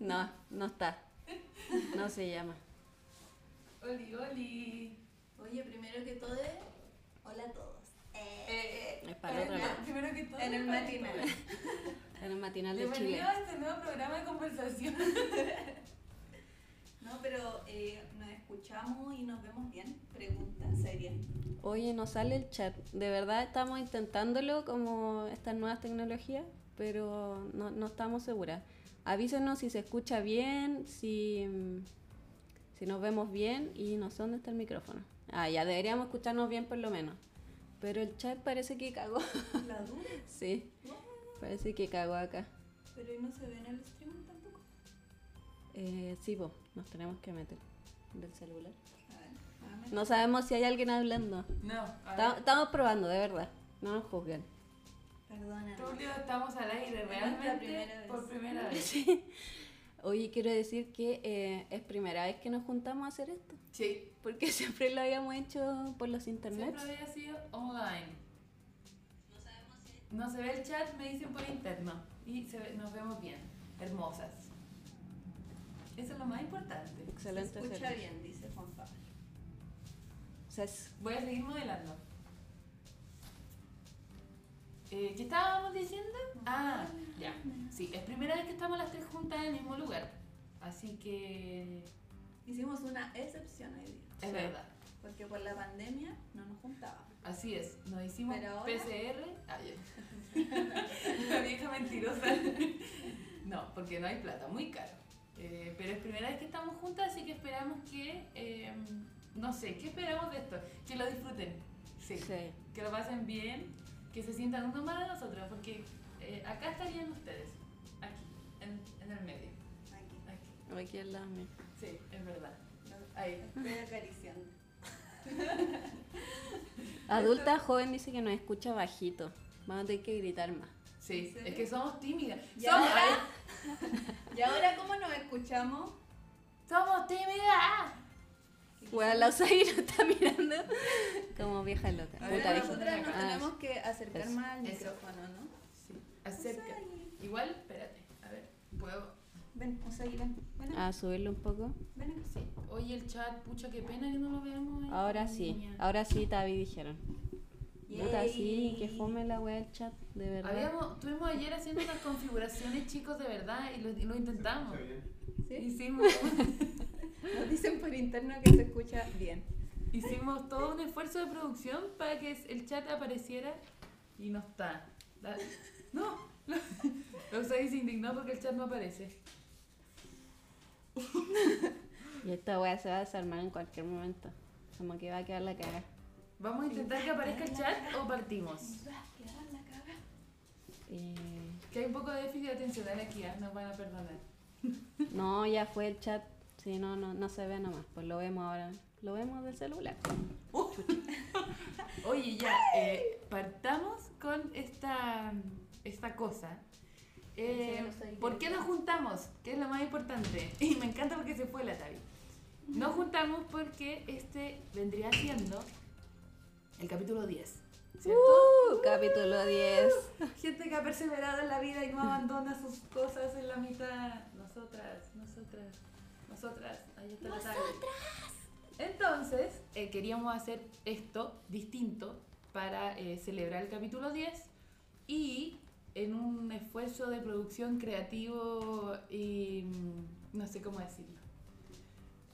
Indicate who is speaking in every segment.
Speaker 1: No, no está. No se llama.
Speaker 2: Oli, oli.
Speaker 3: Oye, primero que todo, hola a todos.
Speaker 2: Eh, eh,
Speaker 1: Es para el otro
Speaker 2: eh,
Speaker 1: lado.
Speaker 2: Primero que todo.
Speaker 3: En el
Speaker 2: para
Speaker 3: matinal.
Speaker 2: todo.
Speaker 1: En el matinal de Chile.
Speaker 2: Bienvenido a este nuevo programa de conversación.
Speaker 3: No, pero eh, nos escuchamos y nos vemos bien. Pregunta seria.
Speaker 1: Oye, no sale el chat. De verdad estamos intentándolo como estas nuevas tecnologías, pero no, no estamos seguras. Avísenos si se escucha bien, si, mm, si nos vemos bien y no sé dónde está el micrófono. Ah, ya deberíamos escucharnos bien por lo menos. Pero el chat parece que cagó.
Speaker 3: La duda.
Speaker 1: sí,
Speaker 3: No,
Speaker 1: parece que cagó acá.
Speaker 3: pero hoy no se ve en el stream tampoco.
Speaker 1: Eh, sí, vos, nos tenemos que meter del celular.
Speaker 3: A ver, vamos.
Speaker 1: No sabemos si hay alguien hablando.
Speaker 2: No,
Speaker 1: Estamos, estamos probando, de verdad. No nos juzguen.
Speaker 3: Perdona.
Speaker 2: Julio, estamos al aire
Speaker 3: Nuestra
Speaker 2: realmente
Speaker 3: primera vez.
Speaker 2: por primera vez. Sí.
Speaker 1: Oye, quiero decir que eh, es primera vez que nos juntamos a hacer esto. Porque siempre lo habíamos hecho por los
Speaker 2: Siempre
Speaker 1: internets.
Speaker 2: había sido online. No se ve el chat, me dicen por interno. Y se ve- nos vemos bien. Hermosas. Eso es lo más importante.
Speaker 3: Se
Speaker 1: Excelente.
Speaker 3: escucha
Speaker 1: servicio.
Speaker 3: bien, dice Juan Pablo.
Speaker 1: O sea, es-
Speaker 2: Voy a seguir modelando. Eh, ¿Qué estábamos diciendo? Ah, ya. Sí, es primera vez que estamos las tres juntas en el mismo lugar. Así que
Speaker 3: Hicimos una excepción hoy día.
Speaker 2: es
Speaker 1: Sí.
Speaker 2: verdad.
Speaker 3: Porque por la pandemia no nos juntábamos.
Speaker 2: Así es. Nos hicimos
Speaker 3: Pero ahora-
Speaker 2: PCR. Ah, ya. La vieja mentirosa. No, porque no hay plata, muy caro. Eh, pero es primera vez que estamos juntas, así que esperamos que. eh, no sé, ¿qué esperamos de esto? Que lo disfruten.
Speaker 1: sí.
Speaker 2: que lo pasen bien, que se sientan uno más de nosotros, porque eh, acá estarían ustedes, aquí, en, en el medio,
Speaker 3: Aquí.
Speaker 2: aquí.
Speaker 1: Aquí al lado mío.
Speaker 2: Sí, es verdad.
Speaker 3: Lo-
Speaker 2: Ahí.
Speaker 3: Estoy acariciando.
Speaker 1: Adulta joven dice que nos escucha bajito. Vamos a tener que gritar más.
Speaker 2: Sí,
Speaker 3: ¿En serio?
Speaker 2: es que somos tímidas.
Speaker 3: ¿Y
Speaker 2: Somos,
Speaker 3: ahora? ¿Y ahora cómo nos escuchamos?
Speaker 2: somos tímidas.
Speaker 1: Bueno, la Usagi nos está mirando como vieja loca.
Speaker 2: A
Speaker 3: Ahora
Speaker 2: ver,
Speaker 1: Puta vieja.
Speaker 3: nosotras nos
Speaker 1: Ah,
Speaker 3: tenemos que acercar
Speaker 1: Eso.
Speaker 3: más al
Speaker 2: Eso.
Speaker 3: micrófono, ¿no?
Speaker 2: Sí, acerca.
Speaker 3: Usagi.
Speaker 2: Igual, espérate, a ver, puedo.
Speaker 3: Ven, Usagi, ven. Bueno,
Speaker 1: A subirlo un poco.
Speaker 3: ven acá.
Speaker 2: Sí. Oye, el chat, pucha, qué pena que no lo veamos. ahí.
Speaker 1: Ahora sí.
Speaker 2: Niña.
Speaker 1: Ahora sí, Tavi dijeron. Puta, sí, que
Speaker 3: Yay.
Speaker 1: fome la wea del chat, de verdad.
Speaker 2: Habíamos, estuvimos ayer haciendo unas configuraciones, chicos, de verdad, y lo, y lo intentamos.
Speaker 3: ¿Sí?
Speaker 2: Hicimos.
Speaker 3: Nos dicen por interno que se escucha bien.
Speaker 2: Hicimos todo un esfuerzo de producción para que el chat apareciera y no está. La- No, la, la Usagi se indignó porque el chat no aparece.
Speaker 1: Y esta wea se va a desarmar en cualquier momento. Como que va a quedar la cara.
Speaker 2: Vamos a intentar que aparezca el chat o partimos. Que hay un poco de déficit atencional aquí, ¿ah? nos van a perdonar.
Speaker 1: no, ya fue el chat. Sí, no, no, no se ve nomás. Pues lo vemos ahora. Lo vemos del celular.
Speaker 2: Oye, ya, eh, partamos con esta, esta cosa. Eh, ¿Por qué nos juntamos? Que es lo más importante. Y me encanta porque se fue la Tavi. Nos juntamos porque este vendría siendo el capítulo 10. ¿Cierto?
Speaker 1: Uh, capítulo 10.
Speaker 2: Gente que ha perseverado en la vida y no abandona sus cosas en la mitad. Nosotras, nosotras, nosotras. Ahí está ¡Nosotras! Entonces, eh, queríamos hacer esto distinto para eh, celebrar el capítulo 10 y en un esfuerzo de producción creativo y mm, no sé cómo decirlo.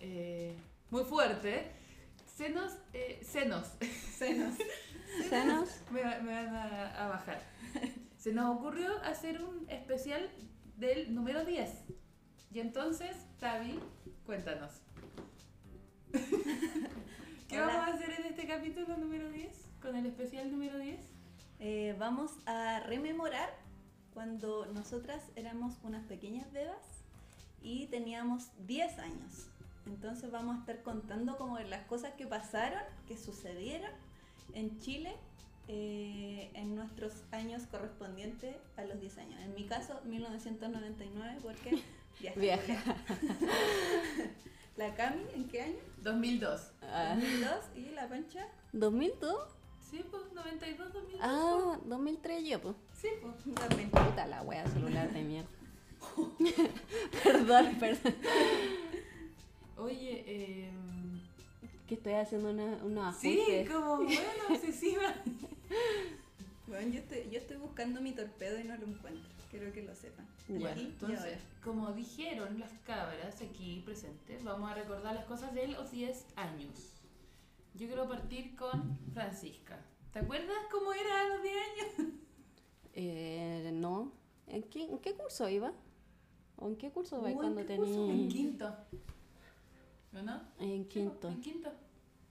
Speaker 2: Eh, muy fuerte. Se nos... eh, se nos.
Speaker 3: Senos.
Speaker 1: Senos.
Speaker 2: Me, va- me van a, a bajar. Se nos ocurrió hacer un especial del número 10. Y entonces, Tavi, cuéntanos. ¿Qué
Speaker 3: Hola.
Speaker 2: vamos a hacer en este capítulo número 10? Con el especial número 10.
Speaker 3: Eh, vamos a rememorar cuando nosotras éramos unas pequeñas bebas y teníamos 10 años. Entonces vamos a estar contando como las cosas que pasaron, que sucedieron en Chile eh, en nuestros años correspondientes a los 10 años. En mi caso, 1999, porque viajé.
Speaker 1: Viaje.
Speaker 3: La Cami, ¿en qué año?
Speaker 2: 2002.
Speaker 1: Ah,
Speaker 3: 2002 y la Pancha.
Speaker 1: ¿2002?
Speaker 2: Sí, pues 92, 2002.
Speaker 1: Ah, 2003 yo, pues.
Speaker 2: Sí, pues.
Speaker 3: También.
Speaker 1: Puta la wea celular de mierda. Perdón, perdón.
Speaker 2: Oye, eh,
Speaker 1: Que estoy haciendo una, unos
Speaker 2: sí,
Speaker 1: ajustes.
Speaker 2: como buena obsesiva.
Speaker 3: Bueno, yo estoy, yo estoy buscando mi torpedo y no lo encuentro. Quiero que lo sepan.
Speaker 1: Ya,
Speaker 2: Bueno,
Speaker 3: Aquí y
Speaker 2: entonces,
Speaker 3: ahora.
Speaker 2: como dijeron las cabras aquí presentes, vamos a recordar las cosas de los 10 años. Yo quiero partir con Francisca. ¿Te acuerdas cómo era a los 10 años?
Speaker 1: Eh, no. ¿En qué, en qué curso iba? ¿O en qué curso
Speaker 3: Uh,
Speaker 1: iba
Speaker 3: ¿en
Speaker 1: cuando
Speaker 3: qué curso?
Speaker 1: tenía?
Speaker 2: En quinto. ¿O no?
Speaker 1: En quinto.
Speaker 2: En quinto.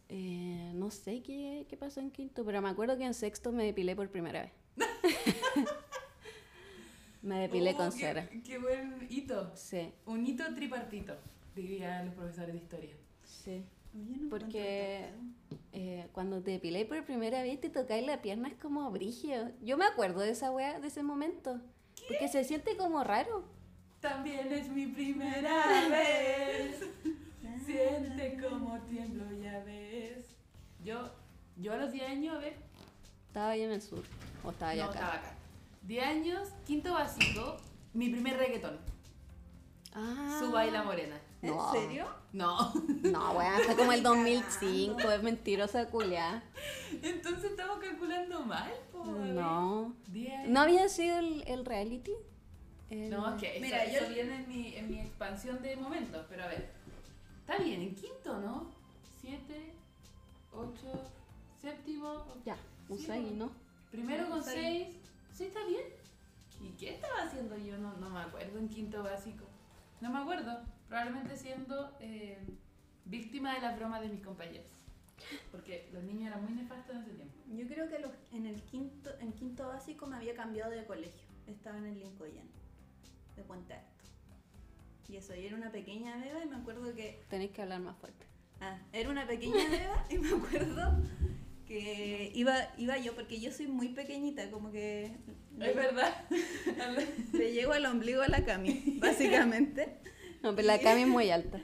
Speaker 1: Eh, no sé qué, qué pasó en quinto, pero me acuerdo que en sexto me depilé por primera vez. me depilé
Speaker 2: Oh,
Speaker 1: con
Speaker 2: qué-
Speaker 1: cera.
Speaker 2: Qué buen hito.
Speaker 1: Sí,
Speaker 2: Un hito tripartito, dirían los profesores de historia.
Speaker 1: sí.
Speaker 3: Oye, no
Speaker 1: Porque-
Speaker 3: encuentro el torpedo.
Speaker 1: Eh, cuando te depilé por primera vez te tocáis la pierna es como brígido. Yo me acuerdo de esa weá, de ese momento. Porque se siente como raro.
Speaker 2: También es mi primera vez.
Speaker 3: Ah.
Speaker 2: Siente como tiemblo, ya ves. Yo, yo a los 10 años, a ver,
Speaker 1: Estaba ahí en el sur. O estaba allá
Speaker 2: no,
Speaker 1: acá.
Speaker 2: estaba acá. 10 años, quinto básico, mi primer reggaetón,
Speaker 1: Ah.
Speaker 2: Su Baila Morena.
Speaker 3: ¿En
Speaker 1: No.
Speaker 3: serio?
Speaker 2: No.
Speaker 1: No, weá, fue como el
Speaker 3: Cagando.
Speaker 1: 2005. Es mentirosa culiá.
Speaker 2: Entonces estamos calculando mal, po, bebé.
Speaker 1: No.
Speaker 2: 10 años.
Speaker 1: ¿No había sido el, el reality? El-
Speaker 2: No, es que eso,
Speaker 3: Mira, yo-
Speaker 2: eso viene en mi, en mi expansión de momentos, pero a ver. Está bien, en quinto, ¿no? Siete, ocho, séptimo,
Speaker 1: Ya,
Speaker 2: Sí,
Speaker 1: Usagi,
Speaker 2: po.
Speaker 1: ¿no?
Speaker 2: primero con
Speaker 3: Está bien.
Speaker 2: seis. Sí, está bien. ¿Y qué estaba haciendo yo? No, no me acuerdo, en quinto básico. No me acuerdo. Probablemente siendo eh, víctima de las bromas de mis compañeros. Porque los niños eran muy nefastos en ese tiempo.
Speaker 3: Yo creo que los- en el quinto, en quinto básico me había cambiado de colegio. Estaba en el Lincoln, de Puente Alto. Y eso, yo era una pequeña beba y me acuerdo que.
Speaker 1: Tenéis que hablar más fuerte.
Speaker 3: Ah, era una pequeña beba y me acuerdo que iba, iba yo, porque yo soy muy pequeñita, como que.
Speaker 2: Es verdad.
Speaker 3: Le llego al ombligo a la cami, básicamente.
Speaker 1: No, pero la cami es muy alta.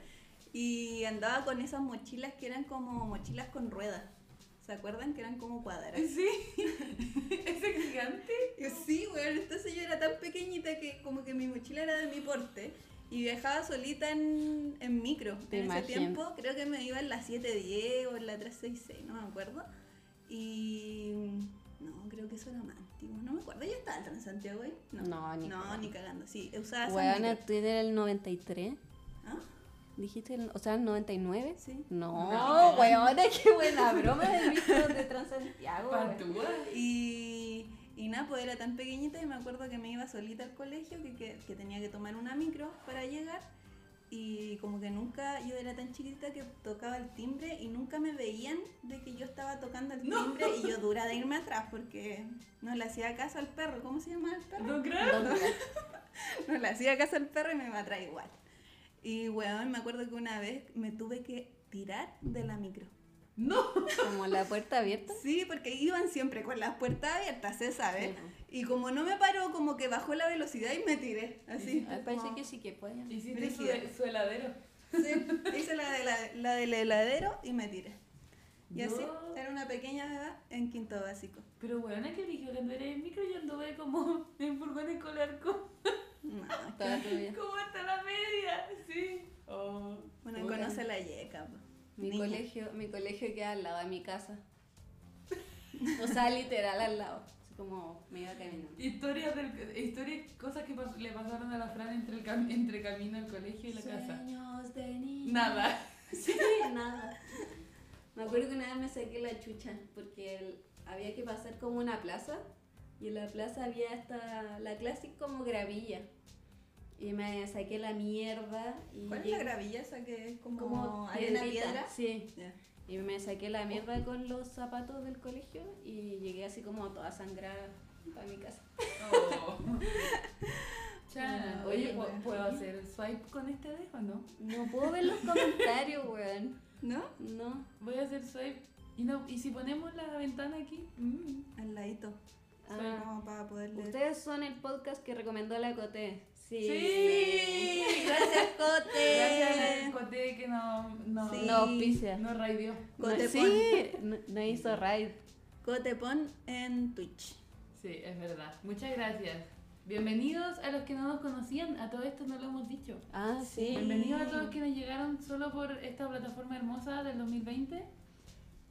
Speaker 3: Y andaba con esas mochilas que eran como mochilas con ruedas. ¿Se acuerdan que eran como cuadras?
Speaker 2: sí. Ese gigante.
Speaker 3: Y Sí, weón, entonces yo era tan pequeñita que como que mi mochila era de mi porte y viajaba solita en, en micro.
Speaker 1: Te
Speaker 3: en
Speaker 1: imagino.
Speaker 3: ese tiempo creo que me iba en la 710 o en la 366, no me acuerdo. Y no, creo que eso era más antiguo, no me acuerdo. ¿Ya estaba el Transantiago ahí?
Speaker 1: No, ni
Speaker 3: No,
Speaker 1: cagando.
Speaker 3: ni cagando, sí, usaba esas
Speaker 1: Weona,
Speaker 3: micro.
Speaker 1: tú eres el 93.
Speaker 3: ¿Ah?
Speaker 1: ¿Dijiste, el- o sea, el 99?
Speaker 3: Sí.
Speaker 1: No,
Speaker 2: No.
Speaker 1: weona, qué buena broma de Víctor de Transantiago.
Speaker 2: Pantúa.
Speaker 3: Y, y nada, pues era tan pequeñita y me acuerdo que me iba solita al colegio, que, que, que tenía que tomar una micro para llegar. Y como que nunca, yo era tan chiquita que tocaba el timbre y nunca me veían de que yo estaba tocando el
Speaker 2: No.
Speaker 3: timbre y yo dura de irme atrás porque no le hacía caso al perro. ¿Cómo se llama el perro?
Speaker 2: ¿No crees?
Speaker 3: No le hacía caso al perro y me iba atrás igual. Y weón, me acuerdo que una vez me tuve que tirar de la micro.
Speaker 2: No.
Speaker 1: Como la puerta abierta.
Speaker 3: Sí, porque iban siempre con las puertas abiertas, se
Speaker 1: Sí,
Speaker 3: sabe.
Speaker 1: po.
Speaker 3: Y como no me paró, como que bajó la velocidad y me tiré. Así.
Speaker 1: Ay, parece que sí que podía.
Speaker 2: Hiciste su,
Speaker 3: Brígida.
Speaker 2: su heladero.
Speaker 3: Sí, hice la, de la, la del heladero y me tiré. Y así,
Speaker 2: No.
Speaker 3: era una pequeña bebé en quinto básico.
Speaker 2: Pero bueno, que dije que anduve en micro y anduve como en furgón escolar. co-
Speaker 3: No,
Speaker 1: Toda tu vida.
Speaker 2: Como hasta la media. Sí. Oh.
Speaker 3: bueno,
Speaker 1: Puta.
Speaker 3: conoce la yeca. po.
Speaker 1: Mi
Speaker 3: Niña.
Speaker 1: colegio, mi colegio queda al lado de mi casa. O sea, literal al lado. Así como me iba caminando.
Speaker 2: Historias, del, historias, cosas que pas- le pasaron a la Fran entre, el cam- entre camino al colegio y la casa.
Speaker 1: Sueños de niña.
Speaker 2: Nada.
Speaker 1: Sí, nada. Me acuerdo que una vez me saqué la chucha porque el- había que pasar como una plaza y en la plaza había hasta la clásica como gravilla. Y me saqué la mierda y
Speaker 3: ¿Cuál es la
Speaker 1: llegué-
Speaker 3: gravilla esa que es como,
Speaker 1: como
Speaker 3: arena
Speaker 1: piedrita,
Speaker 3: piedra?
Speaker 1: Sí.
Speaker 3: Ya.
Speaker 1: Y me saqué la mierda con los zapatos del colegio y llegué así como toda sangrada para mi casa.
Speaker 2: Oh. Chana.
Speaker 3: Ah,
Speaker 2: Oye,
Speaker 3: oye,
Speaker 2: ¿puedo,
Speaker 3: bueno.
Speaker 2: puedo hacer swipe con este dedo o no?
Speaker 1: No puedo ver los comentarios, weón.
Speaker 3: ¿No?
Speaker 1: No.
Speaker 2: Voy a hacer swipe. Y, no, y si ponemos la ventana aquí. Mm.
Speaker 3: Al ladito.
Speaker 1: Ah,
Speaker 3: Como para poder leer.
Speaker 1: ustedes son el podcast que recomendó la Coté. Sí.
Speaker 2: Sí.
Speaker 3: Gracias, Cote.
Speaker 2: Gracias al Cote que no, no,
Speaker 3: Sí.
Speaker 1: No auspicia.
Speaker 2: no raideó.
Speaker 3: Cote
Speaker 1: No, sí, no, no hizo raid.
Speaker 3: Cote pon en Twitch.
Speaker 2: Sí, es verdad. Muchas gracias. Bienvenidos a los que no nos conocían, a todo esto no lo hemos dicho.
Speaker 1: Ah, sí.
Speaker 2: Bienvenidos a todos quienes llegaron solo por esta plataforma hermosa del 2020.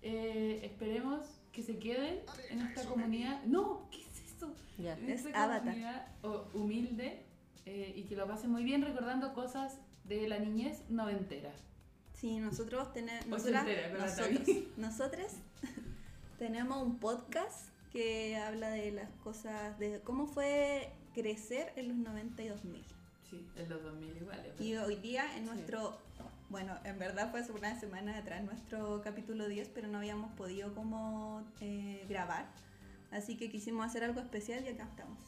Speaker 2: Eh, esperemos que se queden en esta comunidad. ¡No! ¿Qué es eso?
Speaker 1: Ya.
Speaker 2: En
Speaker 3: Es
Speaker 2: esta
Speaker 3: Avatar.
Speaker 2: comunidad oh, humilde eh, y que lo pasen muy bien recordando cosas de la niñez noventera.
Speaker 3: Sí, nosotros tenemos.
Speaker 2: Ochentera,
Speaker 3: Nosotras,
Speaker 2: con la
Speaker 3: nosotros,
Speaker 2: Tabi.
Speaker 3: nosotras tenemos un podcast que habla de las cosas, de cómo fue crecer en los 90 y 2000.
Speaker 2: Sí, en los 2000 igual.
Speaker 3: Y hoy día en
Speaker 2: Sí.
Speaker 3: nuestro, bueno, en verdad fue hace una semana atrás nuestro capítulo 10, pero no habíamos podido como eh, grabar. Así que quisimos hacer algo especial y acá estamos.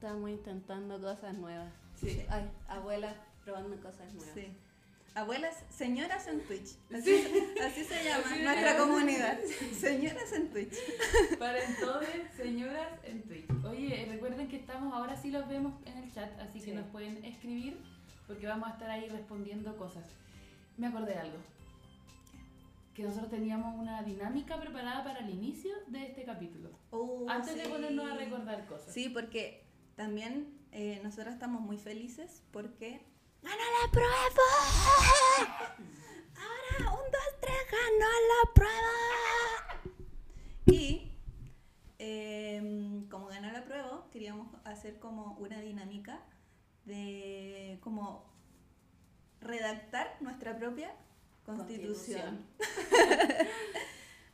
Speaker 1: Estamos intentando cosas nuevas.
Speaker 2: Sí.
Speaker 1: Ay, abuelas probando cosas nuevas.
Speaker 3: Sí. Abuelas, señoras en Twitch. Así,
Speaker 2: Sí.
Speaker 3: así se llama
Speaker 2: Así se
Speaker 3: nuestra
Speaker 2: llama.
Speaker 3: comunidad. Señoras en Twitch.
Speaker 2: Para entonces, señoras en Twitch. Oye, eh, recuerden que estamos, ahora sí los vemos en el chat, así
Speaker 1: Sí.
Speaker 2: que nos pueden escribir porque vamos a estar ahí respondiendo cosas. Me acordé de algo. Que nosotros teníamos una dinámica preparada para el inicio de este capítulo.
Speaker 3: Oh,
Speaker 2: Antes de
Speaker 3: sí.
Speaker 2: ponernos a recordar cosas.
Speaker 3: Sí, porque también eh, nosotras estamos muy felices porque... ¡Ganó la prueba! Ahora, un, dos, tres, ganó la prueba. Y eh, como ganó la prueba, queríamos hacer como una dinámica de como redactar nuestra propia constitución.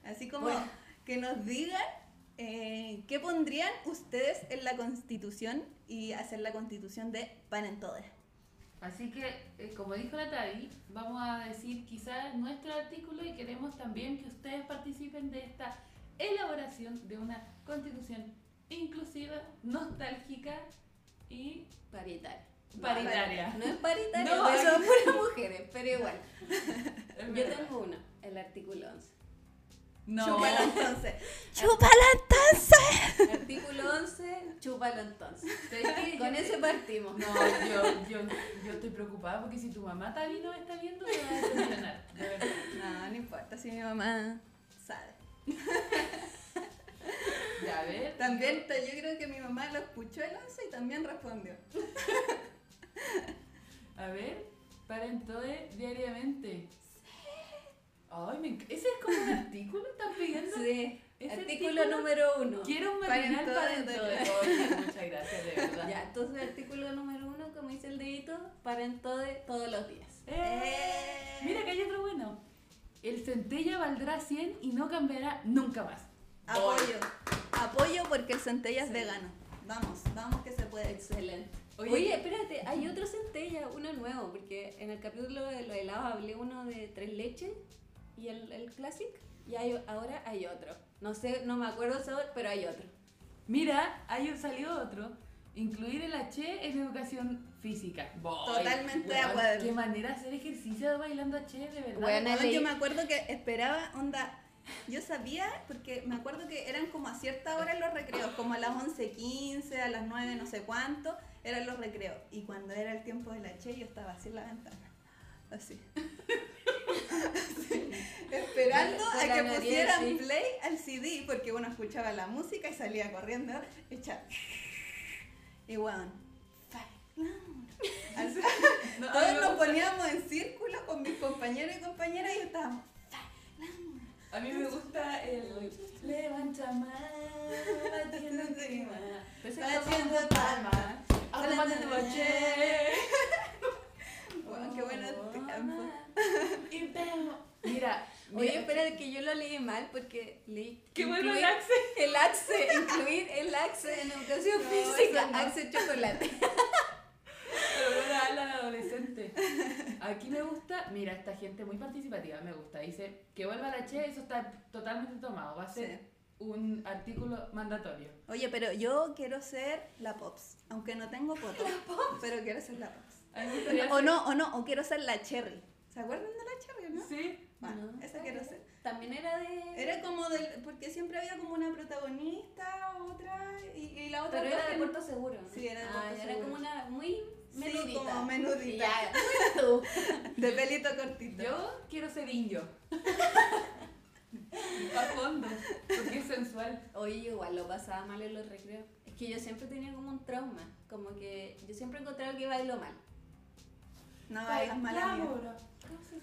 Speaker 3: Así como
Speaker 1: Bueno.
Speaker 3: que nos digan eh, qué pondrían ustedes en la constitución y hacer la constitución de Pan en Todas.
Speaker 2: Así que, eh, como dijo la Tavi, vamos a decir quizás nuestro artículo y queremos también que ustedes participen de esta elaboración de una constitución inclusiva, nostálgica y
Speaker 1: Paritaria.
Speaker 2: paritaria.
Speaker 1: No es paritaria,
Speaker 2: No,
Speaker 1: porque
Speaker 2: aquí-
Speaker 1: son puras mujeres, pero igual.
Speaker 2: Es
Speaker 1: Yo
Speaker 2: verdad.
Speaker 1: tengo una, el artículo 11.
Speaker 2: No,
Speaker 3: Chúpala entonces.
Speaker 1: Artículo 11, chúpalo entonces.
Speaker 2: ¿sabes qué?
Speaker 1: Con
Speaker 2: Yo-
Speaker 1: ese partimos.
Speaker 2: No, yo, yo, yo estoy preocupada porque si tu mamá Tavi no me está viendo, me va a decepcionar. de verdad.
Speaker 3: No, no importa si mi
Speaker 1: Ah,
Speaker 3: mamá sabe.
Speaker 2: Ya, a ver.
Speaker 3: También t- yo creo que mi mamá lo escuchó el 11 y también respondió.
Speaker 2: A ver, para entonces diariamente. Ay, me enc- ese es como un artículo, estás pidiendo.
Speaker 1: Sí.
Speaker 2: Ese
Speaker 1: Artículo número 1.
Speaker 2: Quiero un
Speaker 3: Para
Speaker 2: matinal para
Speaker 3: entonces,
Speaker 2: entonces. Oye, muchas gracias, de verdad.
Speaker 1: Ya, entonces artículo número 1, como dice el dedito, paren todo, todos los días.
Speaker 2: ¡Eh! Mira que hay otro bueno. El centella valdrá 100 y no cambiará nunca más.
Speaker 3: Apoyo. Apoyo porque el centella es
Speaker 1: Sí.
Speaker 3: vegano. Vamos, vamos que se puede.
Speaker 1: Excelente.
Speaker 2: Oye,
Speaker 1: Oye, espérate, hay otro centella, uno nuevo, porque en el capítulo de los helados hablé uno de tres leches y el, el classic, y hay- ahora hay otro. No sé, no me acuerdo el sabor, pero hay otro.
Speaker 2: Mira, ahí salió otro. Incluir el H en educación física. Voy.
Speaker 3: Totalmente de
Speaker 2: Weón,
Speaker 3: acuerdo.
Speaker 2: Qué manera hacer ejercicio bailando H, de verdad.
Speaker 1: Weón,
Speaker 3: Bueno,
Speaker 1: leí-
Speaker 3: yo me acuerdo que esperaba, onda, yo sabía, porque me acuerdo que eran como a cierta hora los recreos, como a las 11.15, a las 9, no sé cuánto, eran los recreos. Y cuando era el tiempo de la Che, yo estaba así en la ventana, así. Así, Esperando
Speaker 1: Con
Speaker 3: a
Speaker 1: la
Speaker 3: que
Speaker 1: nariz, sí.
Speaker 3: pusieran play al CD, porque uno escuchaba la música y salía corriendo, hecha. Y weón, al-
Speaker 2: No, a mí
Speaker 3: todos
Speaker 2: me
Speaker 3: nos
Speaker 2: gusta-
Speaker 3: poníamos en círculo con mis compañeros y compañeras y estábamos.
Speaker 2: A mí me gusta el. Levanta más, batiendo en clima.
Speaker 3: Batiendo palmas.
Speaker 2: Hablando de H.
Speaker 3: Bueno, qué bueno este campo.
Speaker 2: Oh, Y vemos. Mira,
Speaker 1: Oye,
Speaker 2: mira,
Speaker 1: espérate que yo lo leí mal porque leí.
Speaker 2: Qué bueno el
Speaker 1: incluir
Speaker 2: Axe.
Speaker 1: El axe, incluir el axe en educación
Speaker 3: No,
Speaker 1: física,
Speaker 3: eso no.
Speaker 1: axe chocolate.
Speaker 2: Pero una ala de adolescente. Aquí me gusta, mira, esta gente muy participativa, me gusta. Dice que vuelva la Che, eso está totalmente tomado. Va a ser
Speaker 3: Sí.
Speaker 2: un artículo mandatorio.
Speaker 3: Oye, pero yo quiero ser la Pops, aunque no tengo foto. Pero quiero ser la Pops.
Speaker 2: A mí me gustaría
Speaker 3: O
Speaker 2: ser-
Speaker 3: no, o no, o quiero ser la Cherry. ¿Se acuerdan de la Cherry, no?
Speaker 2: Sí.
Speaker 3: Bueno,
Speaker 1: No.
Speaker 3: esa quiero ser.
Speaker 1: También era de.
Speaker 3: Era como del. Porque siempre había como una protagonista, otra. Y, y la otra.
Speaker 1: pero era
Speaker 3: que
Speaker 1: de
Speaker 3: no-
Speaker 1: Puerto Seguro. ¿no?
Speaker 3: Sí, era de
Speaker 1: Ah,
Speaker 3: Puerto
Speaker 1: era
Speaker 3: Seguro.
Speaker 1: como una muy
Speaker 3: Sí,
Speaker 1: menudita.
Speaker 3: como menudita.
Speaker 1: Ya, muy tú.
Speaker 3: De pelito cortito.
Speaker 2: Yo quiero ser indio. A fondo, porque es sensual.
Speaker 1: Oye, yo igual lo pasaba mal en los recreos. Es que yo siempre tenía como un trauma, como que yo siempre encontraba que bailo mal.
Speaker 3: No bailas mal, amigo.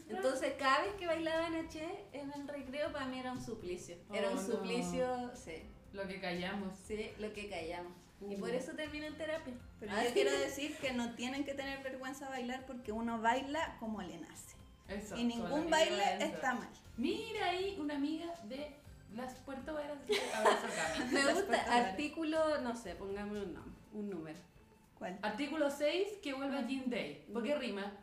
Speaker 1: Entonces, cada vez que bailaba Naché en el recreo, para mí era un suplicio. era
Speaker 2: Oh,
Speaker 1: un
Speaker 2: no.
Speaker 1: suplicio, sí,
Speaker 2: Lo que callamos.
Speaker 1: sí, lo que callamos. Y
Speaker 2: Uh.
Speaker 1: por eso terminé en terapia.
Speaker 3: Pero
Speaker 1: Ah,
Speaker 3: yo quiero decir que no tienen que tener vergüenza de bailar porque uno baila como le nace.
Speaker 2: Eso. con
Speaker 3: Y
Speaker 2: lo
Speaker 3: ningún
Speaker 2: que
Speaker 3: baile
Speaker 2: lleva dentro.
Speaker 3: está mal.
Speaker 2: Mira ahí una amiga de las Puerto Varas de Abrazo Cami.
Speaker 1: Me
Speaker 3: Las puertas
Speaker 1: gusta,
Speaker 3: largas.
Speaker 1: artículo, no sé, pongámosle un nombre, un número.
Speaker 3: ¿Cuál?
Speaker 2: Artículo 6, que vuelva Jean Day. ¿Por qué rima?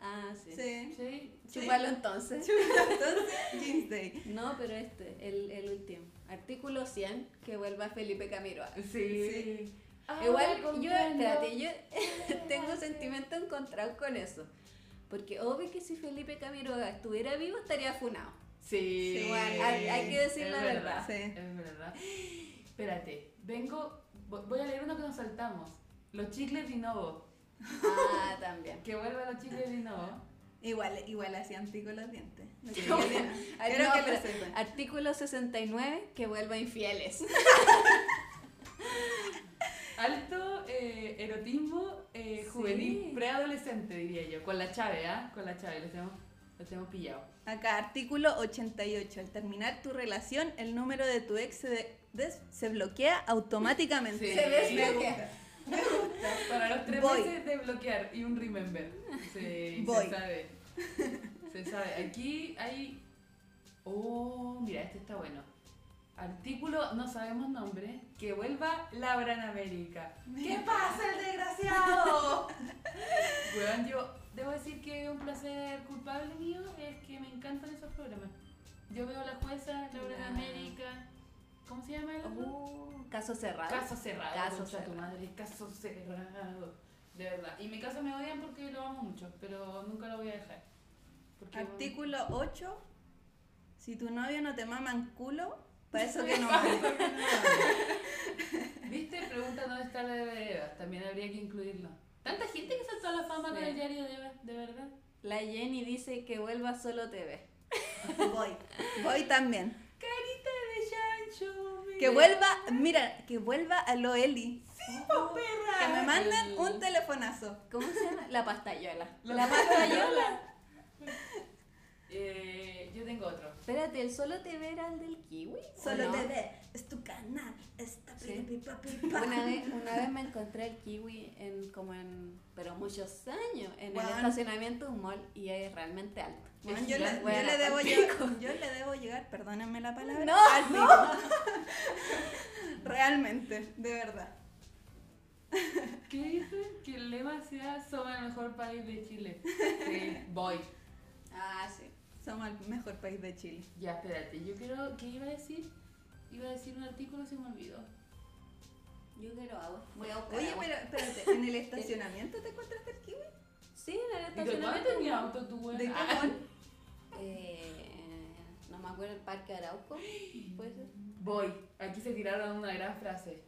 Speaker 1: Ah, sí.
Speaker 3: Sí.
Speaker 2: Sí.
Speaker 3: Sí.
Speaker 1: Chúpalo entonces.
Speaker 3: Entonces, Jeans Day.
Speaker 1: No, pero este, el, el último. Artículo 100, que vuelva Felipe Camiroa.
Speaker 2: Sí.
Speaker 1: Igual yo, espérate, yo tengo sentimientos encontrados con eso. Porque obvio que si Felipe Camiroa estuviera vivo estaría funado.
Speaker 2: Sí.
Speaker 3: Sí.
Speaker 1: Igual, hay, hay que decir
Speaker 2: Es
Speaker 1: la verdad.
Speaker 3: Sí.
Speaker 2: Es verdad. Espérate, vengo, vo- voy a leer uno que nos saltamos. Los chicles Vinovo.
Speaker 1: Ah, también.
Speaker 2: Que vuelva los chicles Vinovo.
Speaker 3: Igual, igual hacían pico los dientes. Lo que
Speaker 2: Sí.
Speaker 3: yo digo.
Speaker 1: Ay,
Speaker 3: Quiero
Speaker 1: no,
Speaker 3: que lo
Speaker 1: pero-
Speaker 3: sepan.
Speaker 1: Artículo 69, que vuelva infieles.
Speaker 2: Alto eh, erotismo eh, juvenil,
Speaker 1: Sí.
Speaker 2: preadolescente diría yo. Con la Chave, ¿ah? Con la Chave, los tenemos, los tenemos pillado.
Speaker 3: Acá, artículo 88. Al terminar tu relación, el número de tu ex se, de- des- se bloquea automáticamente.
Speaker 2: Sí.
Speaker 1: Se
Speaker 3: Me
Speaker 1: desbloquea.
Speaker 3: gusta.
Speaker 2: Para los tres
Speaker 3: Voy.
Speaker 2: meses de bloquear y un remember. Se,
Speaker 3: Voy.
Speaker 2: se sabe. Se sabe. Aquí hay. Oh, mira, este está bueno. Artículo, no sabemos nombre, que vuelva Laura en América. ¿Qué pasa, el desgraciado? Weón, yo debo decir que un placer culpable mío es que me encantan esos programas. Yo veo a la jueza, Laura en
Speaker 1: Ah.
Speaker 2: América. ¿Cómo se llama? el
Speaker 3: Oh.
Speaker 2: otro?
Speaker 1: Uh, caso cerrado.
Speaker 2: Caso cerrado.
Speaker 1: Caso
Speaker 2: concha
Speaker 1: cerrado.
Speaker 2: tu madre, caso cerrado. De verdad. Y en mi casa me odian porque lo amo mucho, pero nunca lo voy a dejar. Porque
Speaker 3: Artículo 8. Si tu novio no te maman culo, para eso que no mames.
Speaker 2: ¿Viste? Pregunta dónde está la de Eva. También habría que incluirlo. Tanta gente que saltó a la fama con
Speaker 1: Sí.
Speaker 2: el diario de Eva, de verdad.
Speaker 1: La Jenny dice que vuelva solo TV.
Speaker 3: Voy. Voy también.
Speaker 2: Carita de Chancho.
Speaker 3: Que vuelva, mira, que vuelva a lo Eli.
Speaker 2: perra.
Speaker 3: Que me mandan
Speaker 1: Eli.
Speaker 3: un telefonazo.
Speaker 1: ¿Cómo se llama? La pastayola.
Speaker 2: La
Speaker 1: La pastayola.
Speaker 2: Eh, yo tengo otro.
Speaker 1: Espérate, ¿el solo TV era el del kiwi? ¿O
Speaker 3: Solo
Speaker 1: no?
Speaker 3: te ve, es tu canal, está
Speaker 1: Sí.
Speaker 3: pi, pi, pa, pi, pa.
Speaker 1: Una vez, una vez me encontré el kiwi en como en, pero muchos años, en
Speaker 3: Weón.
Speaker 1: el estacionamiento de un mall y es realmente alto.
Speaker 3: Bueno,
Speaker 1: Es
Speaker 3: yo, le, yo
Speaker 1: weón,
Speaker 3: le debo
Speaker 1: al pico.
Speaker 3: llegar, yo le debo llegar, perdónenme la palabra.
Speaker 1: No,
Speaker 3: al pico. Realmente, de verdad.
Speaker 2: ¿Qué dice? Que el lema sea somos el mejor país de Chile. Sí, voy.
Speaker 1: Ah, sí.
Speaker 3: Somos el mejor país de Chile.
Speaker 2: Ya, espérate, yo quiero. ¿Qué iba a decir? Iba a decir un artículo, se me olvidó.
Speaker 1: Yo quiero agua. Voy a buscar
Speaker 3: Oye,
Speaker 1: agua.
Speaker 3: pero espérate, ¿en el estacionamiento te encontraste el kiwi?
Speaker 1: Sí, en el
Speaker 2: Digo, ¿cuándo
Speaker 1: estacionamiento.
Speaker 2: tenía auto tu weón?
Speaker 3: ¿De qué
Speaker 2: Ah,
Speaker 3: mall?
Speaker 1: Eh, no me acuerdo el parque Arauco. ¿Puede ser?
Speaker 2: Voy. Aquí se tiraron una gran frase.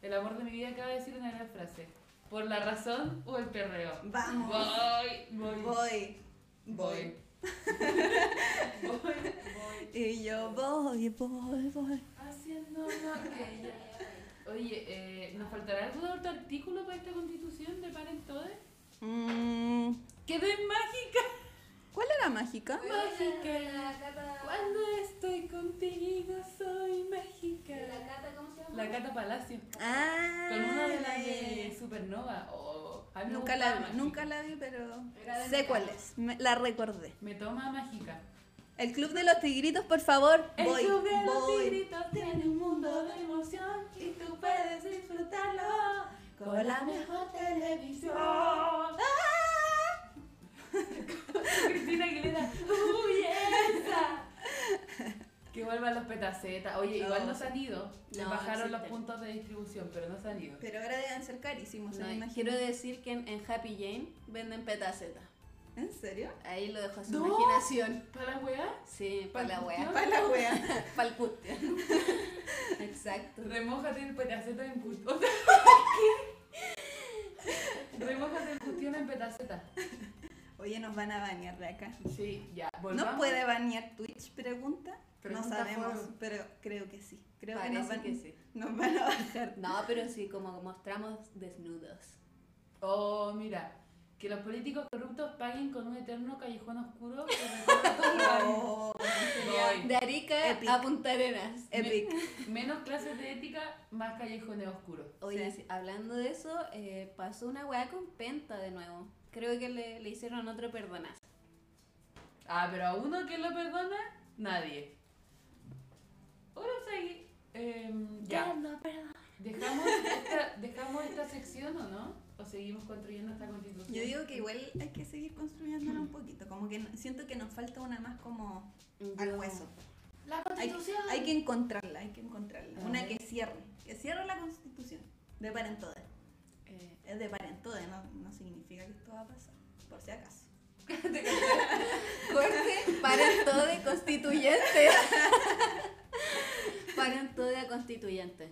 Speaker 2: El amor de mi vida acaba de decir una gran frase. ¿Por la razón o el perreo?
Speaker 3: Vamos.
Speaker 2: Voy, voy.
Speaker 3: Voy,
Speaker 2: Voy.
Speaker 3: voy.
Speaker 2: Voy, voy.
Speaker 3: Y yo voy, voy, voy.
Speaker 2: Haciendo lo que ya- Oye, eh, ¿nos faltará algún otro artículo para esta constitución de Paren Todes?
Speaker 3: Mm,
Speaker 2: ¡Quedé mágica!
Speaker 3: ¿Cuál era mágica?
Speaker 2: Mágica.
Speaker 1: La cata.
Speaker 2: Cuando estoy contigo soy mágica.
Speaker 1: La cata, ¿cómo se llama?
Speaker 2: La Cata Palacio.
Speaker 3: Ah,
Speaker 2: Con una de las
Speaker 3: ya,
Speaker 2: de
Speaker 3: ya.
Speaker 2: Supernova. o a mí me
Speaker 3: Nunca
Speaker 2: gustaba
Speaker 3: la
Speaker 2: Mágica.
Speaker 3: vi, nunca la vi, pero
Speaker 1: Era de
Speaker 3: sé
Speaker 1: mi
Speaker 3: cuál
Speaker 1: cama.
Speaker 3: es. Me- la recordé.
Speaker 2: Me toma mágica.
Speaker 3: El Club de los Tigritos, por favor.
Speaker 2: El
Speaker 3: voy,
Speaker 2: club de los
Speaker 3: voy.
Speaker 2: tigritos tiene un mundo de emoción y tú puedes disfrutarlo con la mejor televisión. Cristina Aguilera, ¡uy, esa! Que vuelvan los petacetas. Oye, igual
Speaker 3: No.
Speaker 2: no se han ido. Les
Speaker 1: No,
Speaker 2: bajaron los
Speaker 1: existen.
Speaker 2: puntos de distribución, pero no se han ido.
Speaker 3: Pero ahora deben ser carísimos, se
Speaker 1: No,
Speaker 3: me imagino.
Speaker 1: quiero decir que en, en Happy Jane venden petaceta.
Speaker 3: ¿En serio?
Speaker 1: Ahí lo dejo a su
Speaker 2: No.
Speaker 1: imaginación.
Speaker 2: ¿Para la weá?
Speaker 1: Sí, para la wea.
Speaker 3: Para la wea.
Speaker 1: Para el custe. Exacto.
Speaker 2: Remójate el petaceta en cuestión. Remójate el cuestión en petaceta.
Speaker 3: Oye, Oye, nos van a banear de acá.
Speaker 2: Sí, ya.
Speaker 3: ¿No puede banear Twitch? Pregunta.
Speaker 2: Pregunta
Speaker 3: no sabemos,
Speaker 2: por-
Speaker 3: pero creo que sí. Creo que, nos
Speaker 1: Parece
Speaker 3: van,
Speaker 1: que sí.
Speaker 3: nos van a bajar.
Speaker 1: No, pero sí, como mostramos desnudos.
Speaker 2: Oh, mira. Que los políticos corruptos paguen con un eterno callejón oscuro que recorre todo el país.
Speaker 3: Oh,
Speaker 2: Voy.
Speaker 1: De Arica
Speaker 3: Epic.
Speaker 1: a Punta Arenas.
Speaker 3: epic.
Speaker 2: Menos clases de ética, más callejones oscuros.
Speaker 1: Oye,
Speaker 3: Sí.
Speaker 1: sí, hablando de eso, eh, pasó una weá con Penta de nuevo. Creo que le, le hicieron otro perdonazo.
Speaker 2: Ah, pero a uno que lo perdona, nadie. Ahora sí, em, ya.
Speaker 1: no perdón.
Speaker 2: ¿Dejamos esta, ¿Dejamos esta sección o no? ¿O seguimos construyendo esta constitución?
Speaker 3: Yo digo que igual hay que seguir construyéndola un poquito. Como que no- siento que nos falta una más como al hueso.
Speaker 2: ¡La
Speaker 3: Hay,
Speaker 2: constitución! Ah.
Speaker 3: hay que encontrarla, hay que encontrarla.
Speaker 2: A
Speaker 3: Una
Speaker 2: ver.
Speaker 3: que cierre. Que cierre la constitución. De par en todas.
Speaker 1: Eh,
Speaker 3: Es de par en todas, no, no significa que esto va a pasar. Por si acaso.
Speaker 1: corte, paren todo de constituyente. paren todo de constituyente.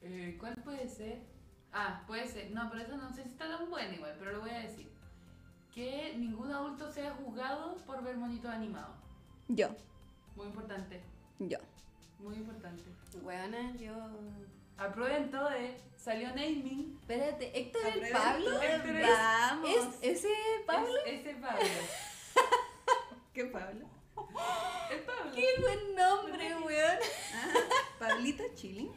Speaker 2: Eh, ¿Cuál puede ser? Ah, puede ser. No, pero eso no sé si está tan bueno igual, pero lo voy a decir. Que ningún adulto sea juzgado por ver monitos animados.
Speaker 3: Yo,
Speaker 2: Muy importante,
Speaker 3: yo.
Speaker 2: muy importante.
Speaker 1: Weona, yo.
Speaker 2: Aprueben todo, eh. Salió naming.
Speaker 1: Espérate, Héctor el
Speaker 3: Aprueben
Speaker 1: Pablo.
Speaker 3: todo,
Speaker 2: Héctor es-
Speaker 3: Vamos.
Speaker 1: ¿Es ese Pablo?
Speaker 2: Es- ese Pablo.
Speaker 3: ¿Qué Pablo?
Speaker 2: Es Pablo.
Speaker 1: ¡Qué buen nombre, weón!
Speaker 3: Ah, Pablito Chilling.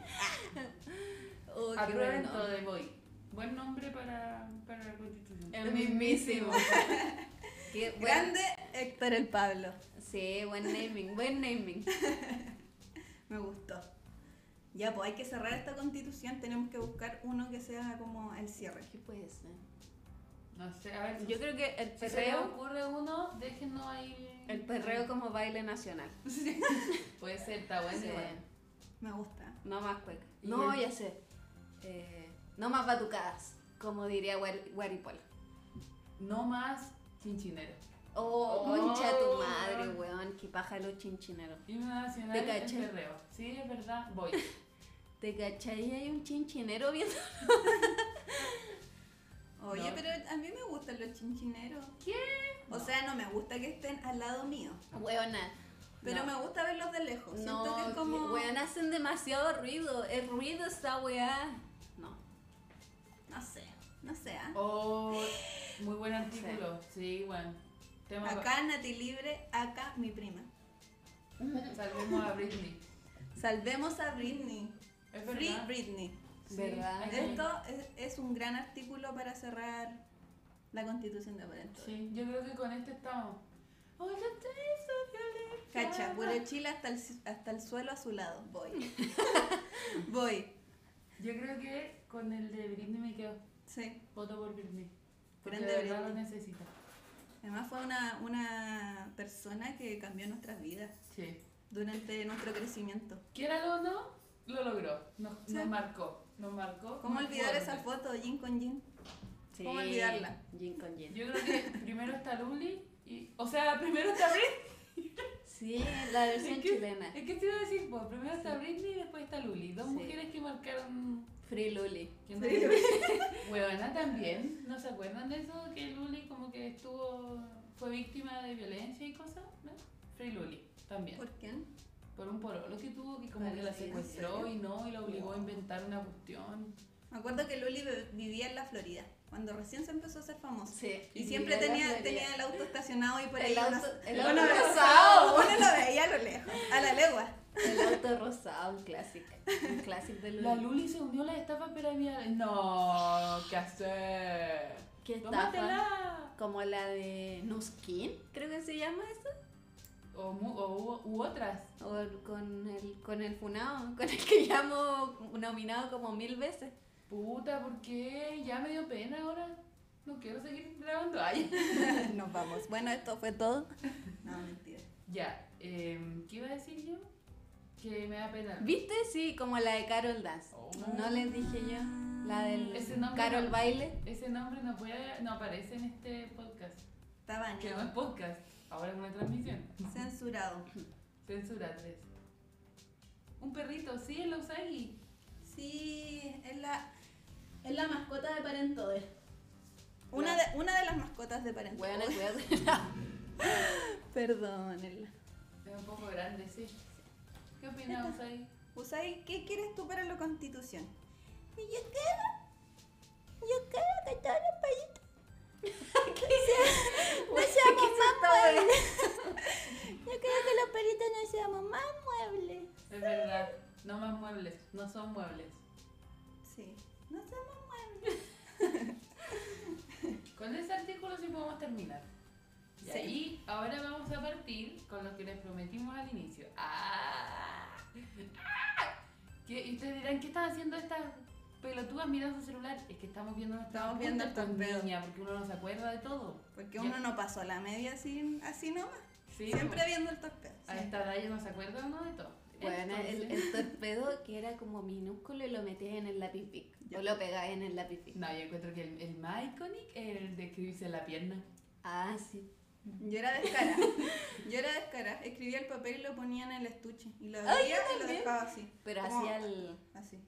Speaker 1: Oh, qué buen
Speaker 2: Aprueben Ah, todo
Speaker 1: nombre.
Speaker 2: de voy. Buen nombre para, para la constitución.
Speaker 1: El mismísimo. Qué buen-
Speaker 3: Grande Héctor el Pablo.
Speaker 1: Sí, buen naming, buen naming.
Speaker 3: Me gustó. Ya, pues hay que cerrar esta constitución. Tenemos que buscar uno que sea como el cierre.
Speaker 1: ¿Qué puede ser?
Speaker 2: No sé, a ver.
Speaker 1: Yo creo que el
Speaker 2: si se les
Speaker 1: perreo,
Speaker 2: ocurre uno, déjenos ahí.
Speaker 1: el perreo como baile nacional.
Speaker 2: Puede ser, está bueno.
Speaker 1: Sí.
Speaker 2: igual.
Speaker 3: Me gusta.
Speaker 1: No más cueca.
Speaker 2: Y
Speaker 1: No,
Speaker 2: el-
Speaker 1: ya sé. Eh, no más batucadas, como diría Guar- Guaripol.
Speaker 2: No más chinchineros.
Speaker 1: Oh,
Speaker 2: Oh,
Speaker 1: concha tu madre,
Speaker 2: weón.
Speaker 1: weón, que paja los chinchineros.
Speaker 2: Himno nacional
Speaker 1: Te
Speaker 2: el
Speaker 1: caché.
Speaker 2: perreo. Sí, es verdad, voy.
Speaker 1: ¿Te cachai? Hay un chinchinero viendo.
Speaker 3: Oye,
Speaker 2: No.
Speaker 3: pero a mí me gustan los chinchineros.
Speaker 2: ¿Qué?
Speaker 3: O sea, no me gusta que estén al lado mío.
Speaker 1: Weona.
Speaker 3: Pero
Speaker 1: No.
Speaker 3: me gusta verlos de lejos. Siento
Speaker 1: No,
Speaker 3: que es como.
Speaker 1: weón, hacen demasiado ruido. El ruido está weá. No.
Speaker 3: No sé, no sé. ¿ah?
Speaker 2: Oh, muy buen artículo. Sí, bueno. Tema pa-
Speaker 3: Acá Nati Libre, acá mi prima.
Speaker 2: Salvemos a Britney.
Speaker 3: Salvemos a Britney.
Speaker 2: Es
Speaker 3: Free
Speaker 2: verdad.
Speaker 3: Britney.
Speaker 2: Sí,
Speaker 1: ¿Verdad?
Speaker 2: hay que-
Speaker 3: Esto es, es un gran artículo para cerrar la constitución de Aparento.
Speaker 2: Sí, yo creo que con este estamos. Hola, te hizo
Speaker 3: Cacha,
Speaker 2: violeta.
Speaker 3: puro chile hasta el, ci- hasta el suelo a su lado. Voy. Voy.
Speaker 2: Yo creo que con el de Britney me quedo.
Speaker 3: Sí.
Speaker 2: Voto por Britney. Porque
Speaker 3: Grande
Speaker 2: de verdad lo
Speaker 3: Britney.
Speaker 2: necesita.
Speaker 3: Además fue una, una persona que cambió nuestras vidas
Speaker 2: Sí.
Speaker 3: durante nuestro crecimiento.
Speaker 2: Quiera o no, lo logró. Nos,
Speaker 3: Sí.
Speaker 2: nos marcó. Nos marcó.
Speaker 3: ¿Cómo
Speaker 2: muy
Speaker 3: olvidar esa
Speaker 2: fuerte.
Speaker 3: foto, Jin con Jin? ¿Cómo olvidarla?
Speaker 1: Yin con yin.
Speaker 2: Yo creo que primero está Luli y. O sea, primero está Britney.
Speaker 1: Sí, la versión
Speaker 2: Es que-
Speaker 1: chilena.
Speaker 2: Es que te iba a decir, pues, primero está Britney y después está Luli. Dos
Speaker 1: Sí.
Speaker 2: mujeres que marcaron.
Speaker 1: Free Luli.
Speaker 2: Que no- Huevona también. ¿No se acuerdan de eso? Que Luli como que estuvo. fue víctima de violencia y cosas, ¿no? Free Luli también.
Speaker 3: ¿Por quién?
Speaker 2: Por un porolo que tuvo que como que la
Speaker 3: Parece, ¿en
Speaker 2: secuestró
Speaker 3: serio?
Speaker 2: y no, y la obligó a inventar una cuestión.
Speaker 3: Me acuerdo que Luli ve- vivía en la Florida, cuando recién se empezó a ser famosa.
Speaker 1: Sí.
Speaker 3: Y,
Speaker 2: Y
Speaker 3: siempre
Speaker 1: vivía en la
Speaker 3: tenía,
Speaker 1: Florida.
Speaker 3: tenía el auto estacionado y por ahí
Speaker 1: El auto,
Speaker 3: unas-
Speaker 1: el
Speaker 2: Bueno,
Speaker 1: auto
Speaker 2: pero-
Speaker 1: rosado.
Speaker 3: Uno lo veía a lo lejos, a la legua.
Speaker 1: El auto rosado, un clásico. Un clásico de Luli.
Speaker 2: La Luli se unió a la estafa piramidal. No, ¿qué hacer?
Speaker 1: ¿Qué estafa?
Speaker 2: ¡Tómatela!
Speaker 1: Como la de Nuskin, creo que se llama eso.
Speaker 2: O, mu- o u- u otras.
Speaker 1: O el- con el, con el funao, con el que llamo nominado como mil veces.
Speaker 2: Puta, ¿por qué? Ya me dio pena ahora. No quiero seguir grabando. Ay.
Speaker 3: Nos vamos. Bueno, esto fue todo. No, mentira.
Speaker 2: Ya, em, ¿qué iba a decir yo? Que me da pena.
Speaker 1: ¿Viste? Sí, como la de Carol Dance.
Speaker 2: Oh.
Speaker 1: No les dije yo. La del
Speaker 2: Ese nombre
Speaker 1: Carol
Speaker 2: no-
Speaker 1: Baile.
Speaker 2: Ese nombre no, puede, no aparece en este podcast.
Speaker 3: Está
Speaker 2: Que no es
Speaker 3: bañado.
Speaker 2: podcast, ahora es una transmisión.
Speaker 3: Censurado.
Speaker 2: Censurarles. Un perrito, sí, el Usagi.
Speaker 3: Sí, es la, es la mascota de Parentodes. Una de, una de las mascotas cosas de parentesco.
Speaker 1: Weona, cuidado.
Speaker 3: Perdónenla.
Speaker 2: Es un poco grande, sí. ¿Ququé opinamos ahí?
Speaker 3: Usai, ¿qué quieres tú para la constitución? Y Yo quiero. Yo quiero que todos los países. no seamos más muebles. Yo quiero que los perritos no seamos más muebles.
Speaker 2: Es verdad. No más muebles, no son muebles.
Speaker 3: Sí, no seamos muebles.
Speaker 2: Con ese artículo sí podemos terminar. Y
Speaker 3: Sí.
Speaker 2: ahí, ahora vamos a partir con lo que les prometimos al inicio. ¡Ah! ¡Ah! ¿Qué- y ustedes dirán, ¿qué están haciendo estas pelotudas mirando su celular? Es que estamos viendo nuestras
Speaker 3: Estamos viendo
Speaker 2: juntas
Speaker 3: el
Speaker 2: con
Speaker 3: torneo.
Speaker 2: niña, porque uno no se acuerda de todo.
Speaker 3: Porque
Speaker 2: Ya.
Speaker 3: uno no pasó la media así, así nomás.
Speaker 2: Sí, pues,
Speaker 3: Siempre viendo el torpedo.
Speaker 2: A
Speaker 3: siempre.
Speaker 2: esta edad ya no se acuerda uno de todo.
Speaker 3: pues.
Speaker 1: Bueno, el,
Speaker 2: Entonces-
Speaker 1: el torpedo que era como minúsculo y lo metías en el lápiz pic. O lo pegabas en el lápiz pic.
Speaker 2: No, yo encuentro que el, el más icónico es el de escribirse en la pierna.
Speaker 1: Ah, sí.
Speaker 3: Yo era descarada. Yo era descarada. Escribía el papel y lo ponía en el estuche. Y lo abría y lo dejaba así.
Speaker 1: Pero
Speaker 3: Como-
Speaker 1: hacía el.
Speaker 3: Así.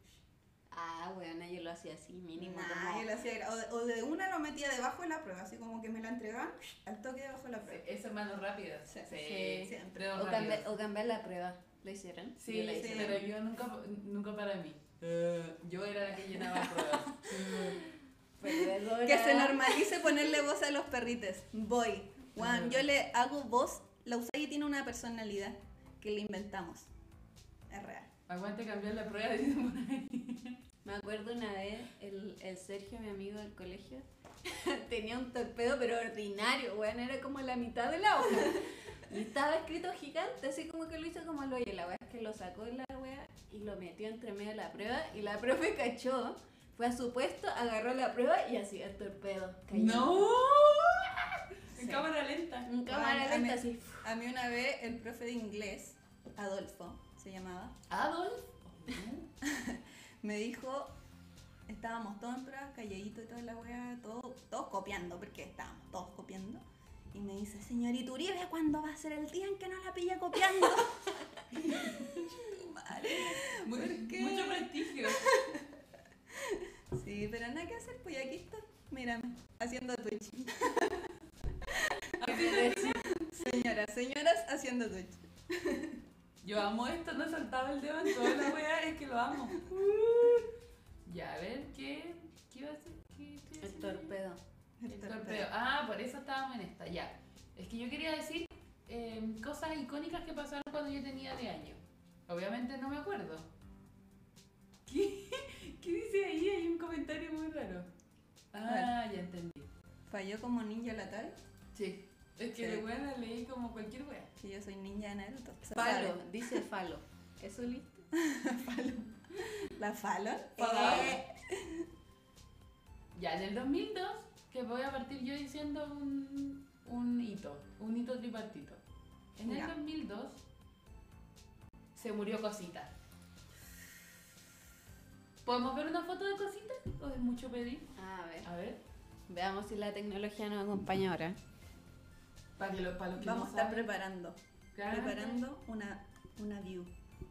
Speaker 1: Ah, bueno, yo lo hacía así, mínimo.
Speaker 3: Nah,
Speaker 1: como-
Speaker 3: yo lo hacía gra- o, de, o de una lo metía debajo de la prueba, así como que me la entregaban al toque debajo de la prueba.
Speaker 2: Eso es manos rápidas.
Speaker 3: Sí,
Speaker 1: sí.
Speaker 3: siempre.
Speaker 2: dedos
Speaker 1: O,
Speaker 2: rápidos.
Speaker 1: cambiar, o cambiar la prueba. ¿Lo hicieron?
Speaker 2: Sí,
Speaker 1: Yo la
Speaker 3: sí.
Speaker 1: hice.
Speaker 2: pero yo nunca, nunca para mí. Eh, yo era la que llenaba pruebas.
Speaker 1: Pero
Speaker 3: Que
Speaker 1: ahora-
Speaker 3: se normalice ponerle voz a los perrites. Voy. Juan, yo le hago voz. La Usagi tiene una personalidad que le inventamos. Es real.
Speaker 2: Aguante cambiar la prueba. dicen por ahí.
Speaker 1: Me acuerdo una vez, el, el Sergio, mi amigo del colegio, tenía un torpedo pero ordinario, bueno, era como la mitad de la hoja. Y estaba escrito gigante, así como que lo hizo como lo oye. La weá es que lo sacó de la weá y lo metió entre medio de la prueba y la profe cachó, fue a su puesto, agarró la prueba y así el torpedo. cayó.
Speaker 2: ¡No!
Speaker 1: Sí.
Speaker 2: En cámara lenta.
Speaker 1: En cámara
Speaker 3: Juan, a mí-
Speaker 1: lenta así.
Speaker 3: A mí una vez el profe de inglés, Adolfo, se llamaba,
Speaker 2: Adolf.
Speaker 3: me dijo, estábamos todos en pruebas, calladito y toda la weá, todo- todos copiando, porque estábamos todos copiando. Y me dice, señorita Uribe, ¿cuándo va a ser el día en que no la pilla copiando?
Speaker 2: Muy-
Speaker 3: ¿Por qué?
Speaker 2: Mucho prestigio.
Speaker 3: sí, pero nada que hacer, pues y aquí está, mírame, haciendo Twitch. Señoras, señoras, haciendo Twitch.
Speaker 2: Yo amo esto, no saltaba el dedo en toda la wea, es que lo amo. Ya, a ver, ¿qué, qué iba a hacer? ¿Qué estoy
Speaker 1: El
Speaker 2: haciendo yo?
Speaker 1: torpedo.
Speaker 2: El torpeo. Ah, por eso estábamos en esta, ya. Es que yo quería decir eh, cosas icónicas que pasaron cuando yo tenía de año. Obviamente no me acuerdo. ¿Qué, ¿Qué dice ahí? Hay un comentario muy raro. Ah, ya entendí.
Speaker 3: Falló como ninja la tal,
Speaker 2: Sí. Es que
Speaker 3: Sí.
Speaker 2: de buena leí como cualquier wea.
Speaker 3: que yo soy ninja de Naruto. se
Speaker 1: Falo,
Speaker 3: sabe.
Speaker 1: dice falo. ¿Eso listo?
Speaker 3: La Fallon.
Speaker 2: Fallon.
Speaker 3: Eh,
Speaker 2: Ya en el 2002, que voy a partir yo diciendo un, un hito, un hito tripartito. En el
Speaker 3: Ya.
Speaker 2: 2002 se murió Cosita. ¿Podemos ver una foto de Cosita? ¿O es mucho pedir?
Speaker 1: A ver.
Speaker 2: A ver,
Speaker 1: Veamos si la tecnología nos acompaña ahora.
Speaker 2: para, que lo- para los que
Speaker 3: Vamos
Speaker 2: no
Speaker 3: a estar
Speaker 2: saben.
Speaker 3: preparando.
Speaker 2: claramente,
Speaker 3: Preparando una, una view.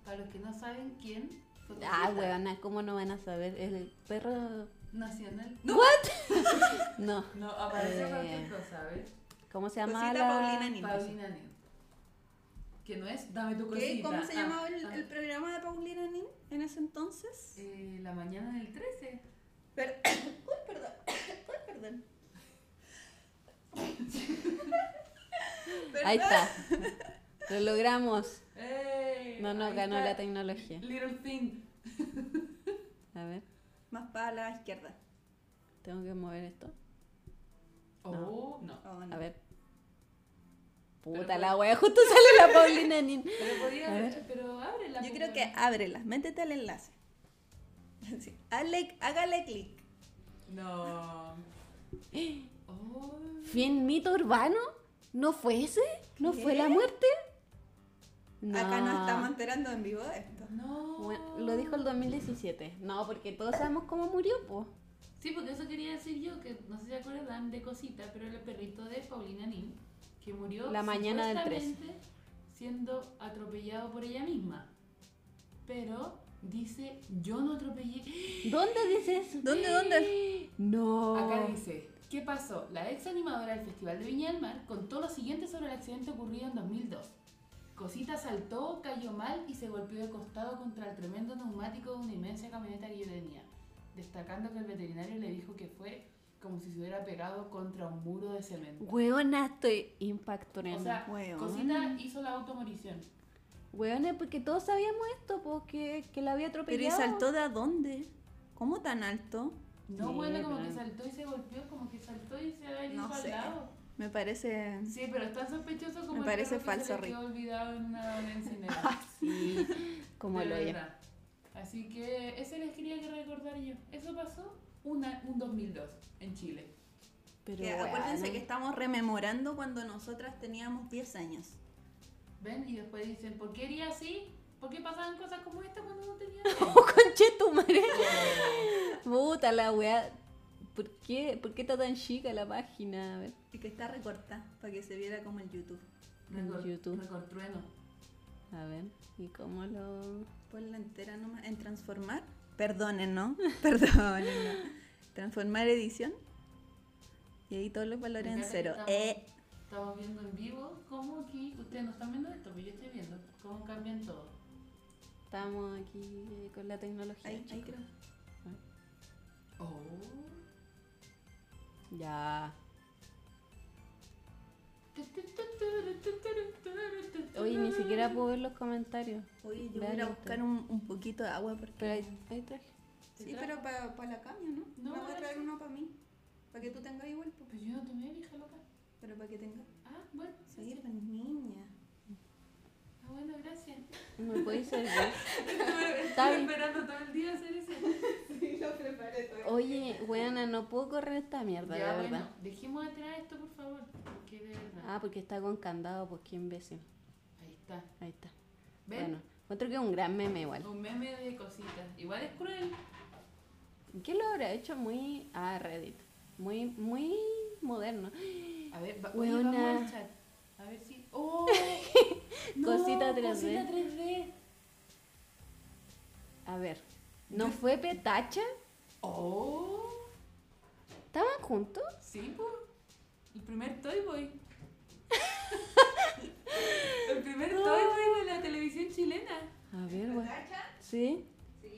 Speaker 2: Para los que no saben quién fue Cosita.
Speaker 1: Ah, huevona, ¿cómo no van a saber? El perro.
Speaker 2: Nacional.
Speaker 1: No.
Speaker 2: No, apareció
Speaker 1: Eh,
Speaker 2: cualquier cosa, a ver.
Speaker 1: ¿Cómo se llama?
Speaker 3: Cosita
Speaker 1: la-
Speaker 3: Paulina Nino.
Speaker 2: Paulina Nin. Que no es Dame tu cosita.
Speaker 3: ¿Qué? ¿Cómo se
Speaker 2: Ah,
Speaker 3: llamaba el,
Speaker 2: ah.
Speaker 3: el programa de Paulina Nin en ese entonces?
Speaker 2: Eh, la mañana del 13.
Speaker 3: Per- Uy, perdón. Uy, perdón.
Speaker 1: Ahí está. Lo logramos.
Speaker 2: ¡Ey!
Speaker 1: No nos
Speaker 2: Ahí
Speaker 1: ganó
Speaker 2: está.
Speaker 1: la tecnología.
Speaker 2: Little Thing.
Speaker 1: A ver,
Speaker 3: Más para la izquierda.
Speaker 1: tengo que mover esto.
Speaker 2: Oh, no.
Speaker 3: Oh, no.
Speaker 1: A ver.
Speaker 2: Pero
Speaker 1: Puta
Speaker 2: pues-
Speaker 1: la wea, justo sale la Paulina Nin.
Speaker 2: Pero
Speaker 1: A
Speaker 2: podía,
Speaker 1: ver.
Speaker 2: pero ábrela.
Speaker 3: Yo
Speaker 2: po,
Speaker 3: creo que
Speaker 2: weón.
Speaker 3: ábrela. Métete al enlace. Sí. Hazle- hágale clic.
Speaker 2: No. Oh.
Speaker 1: ¿Fin mito urbano? ¿No fue ese? ¿No fue la
Speaker 3: ¿Qué?
Speaker 1: muerte? No.
Speaker 3: Acá nos estamos enterando en vivo de esto.
Speaker 2: No.
Speaker 1: Bueno, lo dijo el 2017. No, porque todos sabemos cómo murió, po.
Speaker 2: Sí, porque eso quería decir yo, que no sé si se acuerdan de cosita, pero el perrito de Paulina Nin, que murió
Speaker 1: La mañana del 13.
Speaker 2: supuestamente siendo atropellado por ella misma. Pero dice, yo no atropellé.
Speaker 1: ¿Dónde dice eso?
Speaker 3: ¿Dónde, dónde?
Speaker 1: No.
Speaker 2: Acá dice, ¿Qué pasó? La ex animadora del Festival de Viña del Mar contó lo siguiente sobre el accidente ocurrido en 2002. Cosita saltó, cayó mal y se golpeó de costado contra el tremendo neumático de una inmensa camioneta que yo tenía, destacando que el veterinario le dijo que fue como si se hubiera pegado contra un muro de cemento.
Speaker 1: Hueona, estoy impactando.
Speaker 2: O sea,
Speaker 3: Weón.
Speaker 2: Cosita hizo la automorición.
Speaker 1: Hueones, porque todos sabíamos esto, porque que la había
Speaker 3: Pero
Speaker 1: atropellado.
Speaker 3: ¿y saltó de a dónde? ¿Cómo tan alto?
Speaker 2: No,
Speaker 1: Sí,
Speaker 2: bueno, como que
Speaker 1: weón.
Speaker 2: saltó y se golpeó, como que saltó y se había
Speaker 3: No
Speaker 2: ido al
Speaker 3: sé.
Speaker 2: lado.
Speaker 3: Me parece...
Speaker 2: Sí, pero es tan sospechoso como
Speaker 3: Me
Speaker 2: el
Speaker 3: parece
Speaker 2: perro que
Speaker 3: falso,
Speaker 2: se le
Speaker 3: Rick.
Speaker 2: quedó olvidado en una encinera.
Speaker 1: Sí, como
Speaker 2: De
Speaker 1: lo oye.
Speaker 2: verdad. Así que ese les quería que recordar yo. Eso pasó una, un 2002 en Chile.
Speaker 1: Pero
Speaker 3: Que
Speaker 1: hueona.
Speaker 3: acuérdense que estamos rememorando cuando nosotras teníamos 10 años.
Speaker 2: ¿Ven? Y después dicen, ¿por qué era así? ¿Por qué pasaban cosas como esta cuando no tenían?
Speaker 1: ¡Oh, conchetumare! Puta la weá. ¿Por qué, ¿Por qué está tan chica la página? A ver.
Speaker 3: Y que está recortada para que se viera como el YouTube.
Speaker 2: Record-
Speaker 1: YouTube.
Speaker 2: Recordtrueno.
Speaker 1: A ver. ¿Y cómo lo.?
Speaker 3: Ponla entera nomás. En transformar. Perdonen, ¿no? Perdonen. ¿no? Transformar edición. Y ahí todos los valores en
Speaker 2: Fíjate que
Speaker 3: cero.
Speaker 2: estamos-
Speaker 3: Eh.
Speaker 2: Estamos viendo en vivo cómo aquí, ustedes no están viendo esto, pero yo estoy viendo cómo cambian todo.
Speaker 1: Estamos aquí eh, con la tecnología.
Speaker 3: Ahí, ahí
Speaker 1: chicos.
Speaker 3: creo.
Speaker 2: Oh.
Speaker 1: Ya. Oye, ni siquiera puedo ver los comentarios.
Speaker 3: Oye, yo voy a ir
Speaker 1: Vean
Speaker 3: a
Speaker 1: esto.
Speaker 3: buscar un, un poquito de agua porque...
Speaker 1: Pero ahí, ahí traje.
Speaker 3: Sí, pero para la cambio, ¿no?
Speaker 2: No,
Speaker 3: Me voy a
Speaker 2: ahora
Speaker 3: traer
Speaker 2: sí.
Speaker 3: uno para mí. Para que tú tengas igual, pues.
Speaker 2: Pues yo no tomé, hija loca.
Speaker 3: Pero para que tengas.
Speaker 2: Ah, bueno, sí.
Speaker 3: Sirve, niña.
Speaker 2: Ah, bueno, gracias.
Speaker 1: ¿Me podéis servir?
Speaker 2: Estuve,
Speaker 1: Está
Speaker 2: estuve
Speaker 1: bien.
Speaker 2: esperando todo el día hacer ese.
Speaker 3: Sí, lo preparé todo.
Speaker 1: Oye, weona, no puedo correr esta mierda,
Speaker 2: Ya,
Speaker 1: de verdad.
Speaker 2: bueno, dejemos atrás esto, por favor. Porque de verdad.
Speaker 1: Ah, porque está con candado, pues qué imbécil.
Speaker 2: Ahí está.
Speaker 1: Ahí está.
Speaker 2: ¿Ven?
Speaker 1: Bueno, encuentro que es un gran meme igual.
Speaker 2: Un meme de cositas. Igual es cruel.
Speaker 1: ¿Qué lo habrá hecho muy. Ah, Reddit. Muy, muy moderno.
Speaker 2: A ver, va, oye,
Speaker 1: Weona.
Speaker 2: vamos al chat. A ver si. ¡Oh! No,
Speaker 1: Cosita 3D.
Speaker 2: Cosita 3D.
Speaker 1: A ver. ¿No fue Petacha?
Speaker 2: ¡Oh!
Speaker 1: ¿Estaban juntos?
Speaker 2: Sí, po. El primer Toy Boy. el primer Toy Boy de la televisión chilena.
Speaker 1: A ver, weón. Sí.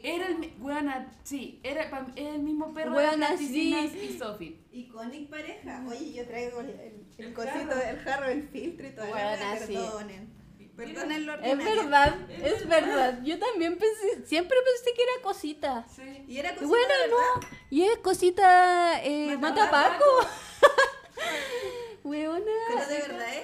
Speaker 2: Era el. mi- Weona, sí. Era, pa- era el mismo perro
Speaker 1: Weona,
Speaker 2: de Plasticinas
Speaker 1: sí.
Speaker 2: y Sophie.
Speaker 3: Iconic pareja. Oye, yo traigo el, el- el
Speaker 2: El
Speaker 3: cosito,
Speaker 2: jarro.
Speaker 3: el jarro, el filtro y todo.
Speaker 1: Bueno, sí.
Speaker 3: perdonen. Perdonen lo
Speaker 1: Es
Speaker 3: ordinario.
Speaker 1: verdad, es verdad. Yo también pensé, siempre pensé que era cosita.
Speaker 2: Sí.
Speaker 3: Y era
Speaker 1: Y
Speaker 3: cosita
Speaker 1: bueno,
Speaker 3: de verdad.
Speaker 1: no. Y es cosita
Speaker 2: Mata
Speaker 1: eh, mata
Speaker 2: a
Speaker 1: a
Speaker 2: Paco.
Speaker 1: Paco. Weona.
Speaker 3: Pero de verdad, ¿eh?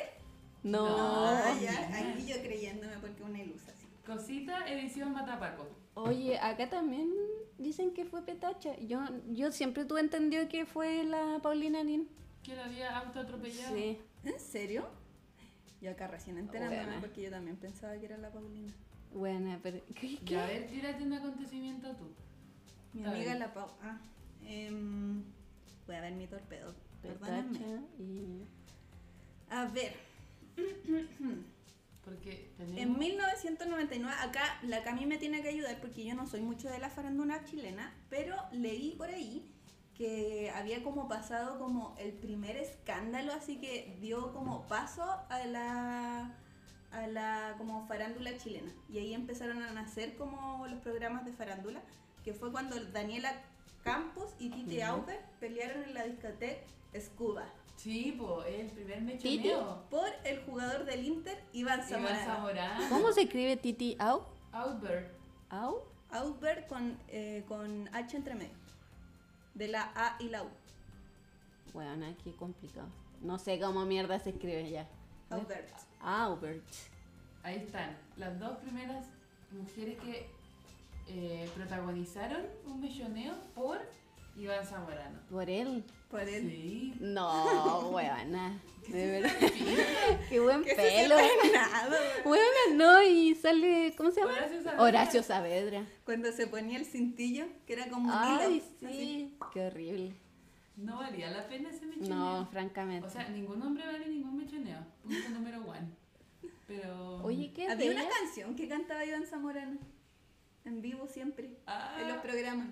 Speaker 1: No.
Speaker 3: Ah, ya. Aquí yo creyéndome porque una ilusa así.
Speaker 2: Cosita edición Matapaco.
Speaker 1: Oye, acá también dicen que fue Petacha. Yo, yo siempre tuve entendido que fue la Paulina Nin.
Speaker 2: Que la había autoatropellado.
Speaker 1: Sí.
Speaker 3: ¿En serio? Yo acá recién enterándome
Speaker 1: Buena.
Speaker 3: porque yo también pensaba que era la Paulina.
Speaker 1: Buena, pero. ¿Qué?
Speaker 2: Y a ver, tírate un acontecimiento tú.
Speaker 3: Mi
Speaker 2: Está
Speaker 3: amiga
Speaker 2: bien.
Speaker 3: la Pau. Ah, em, voy a ver mi torpedo. Perdónenme.
Speaker 1: Petacha y.
Speaker 3: A ver,
Speaker 2: Porque
Speaker 3: en
Speaker 2: tenemos.
Speaker 3: 1999, acá la Cami me tiene que ayudar porque yo no soy mucho de la farándula chilena, pero leí por ahí que había como pasado como el primer escándalo, así que dio como paso a la a la como farándula chilena y ahí empezaron a nacer como los programas de farándula que fue cuando Daniela Campos y Titi Auger pelearon en la discoteca Scuba
Speaker 2: Sí, po, es el primer mechoneo.
Speaker 3: por el jugador del Inter Iván
Speaker 2: Iván
Speaker 3: Zamorano.
Speaker 2: Zamorano.
Speaker 1: ¿Cómo se escribe Titi Au?
Speaker 2: Outbird.
Speaker 1: Au?
Speaker 3: Outbird con, eh, con H entre medio. De la A y la U.
Speaker 1: Buena, qué complicado. No sé cómo mierda se escribe ya.
Speaker 3: Outbird.
Speaker 1: Albert.
Speaker 2: Ahí están. Las dos primeras mujeres que eh, protagonizaron un mechoneo por Iván Zamorano.
Speaker 1: Por él.
Speaker 3: Por
Speaker 2: Sí.
Speaker 3: él.
Speaker 1: No, huevana. De verdad. Qué buen
Speaker 3: ¿Qué
Speaker 1: pelo.
Speaker 3: se nada,
Speaker 1: Huevana, no. Y sale. ¿Cómo se llama?
Speaker 2: Horacio Saavedra.
Speaker 1: Horacio Saavedra.
Speaker 3: Cuando se ponía el cintillo, que era como un
Speaker 1: Ay,
Speaker 3: hilo, así.
Speaker 1: sí. Qué horrible.
Speaker 2: No valía la pena ese mechoneo.
Speaker 1: No, francamente.
Speaker 2: O sea, ningún hombre vale ningún mechoneo. Punto número one. Pero.
Speaker 1: Oye, ¿qué
Speaker 3: Había
Speaker 1: de
Speaker 3: una canción que cantaba Iván Zamorano. En vivo siempre.
Speaker 2: Ah.
Speaker 3: En los programas.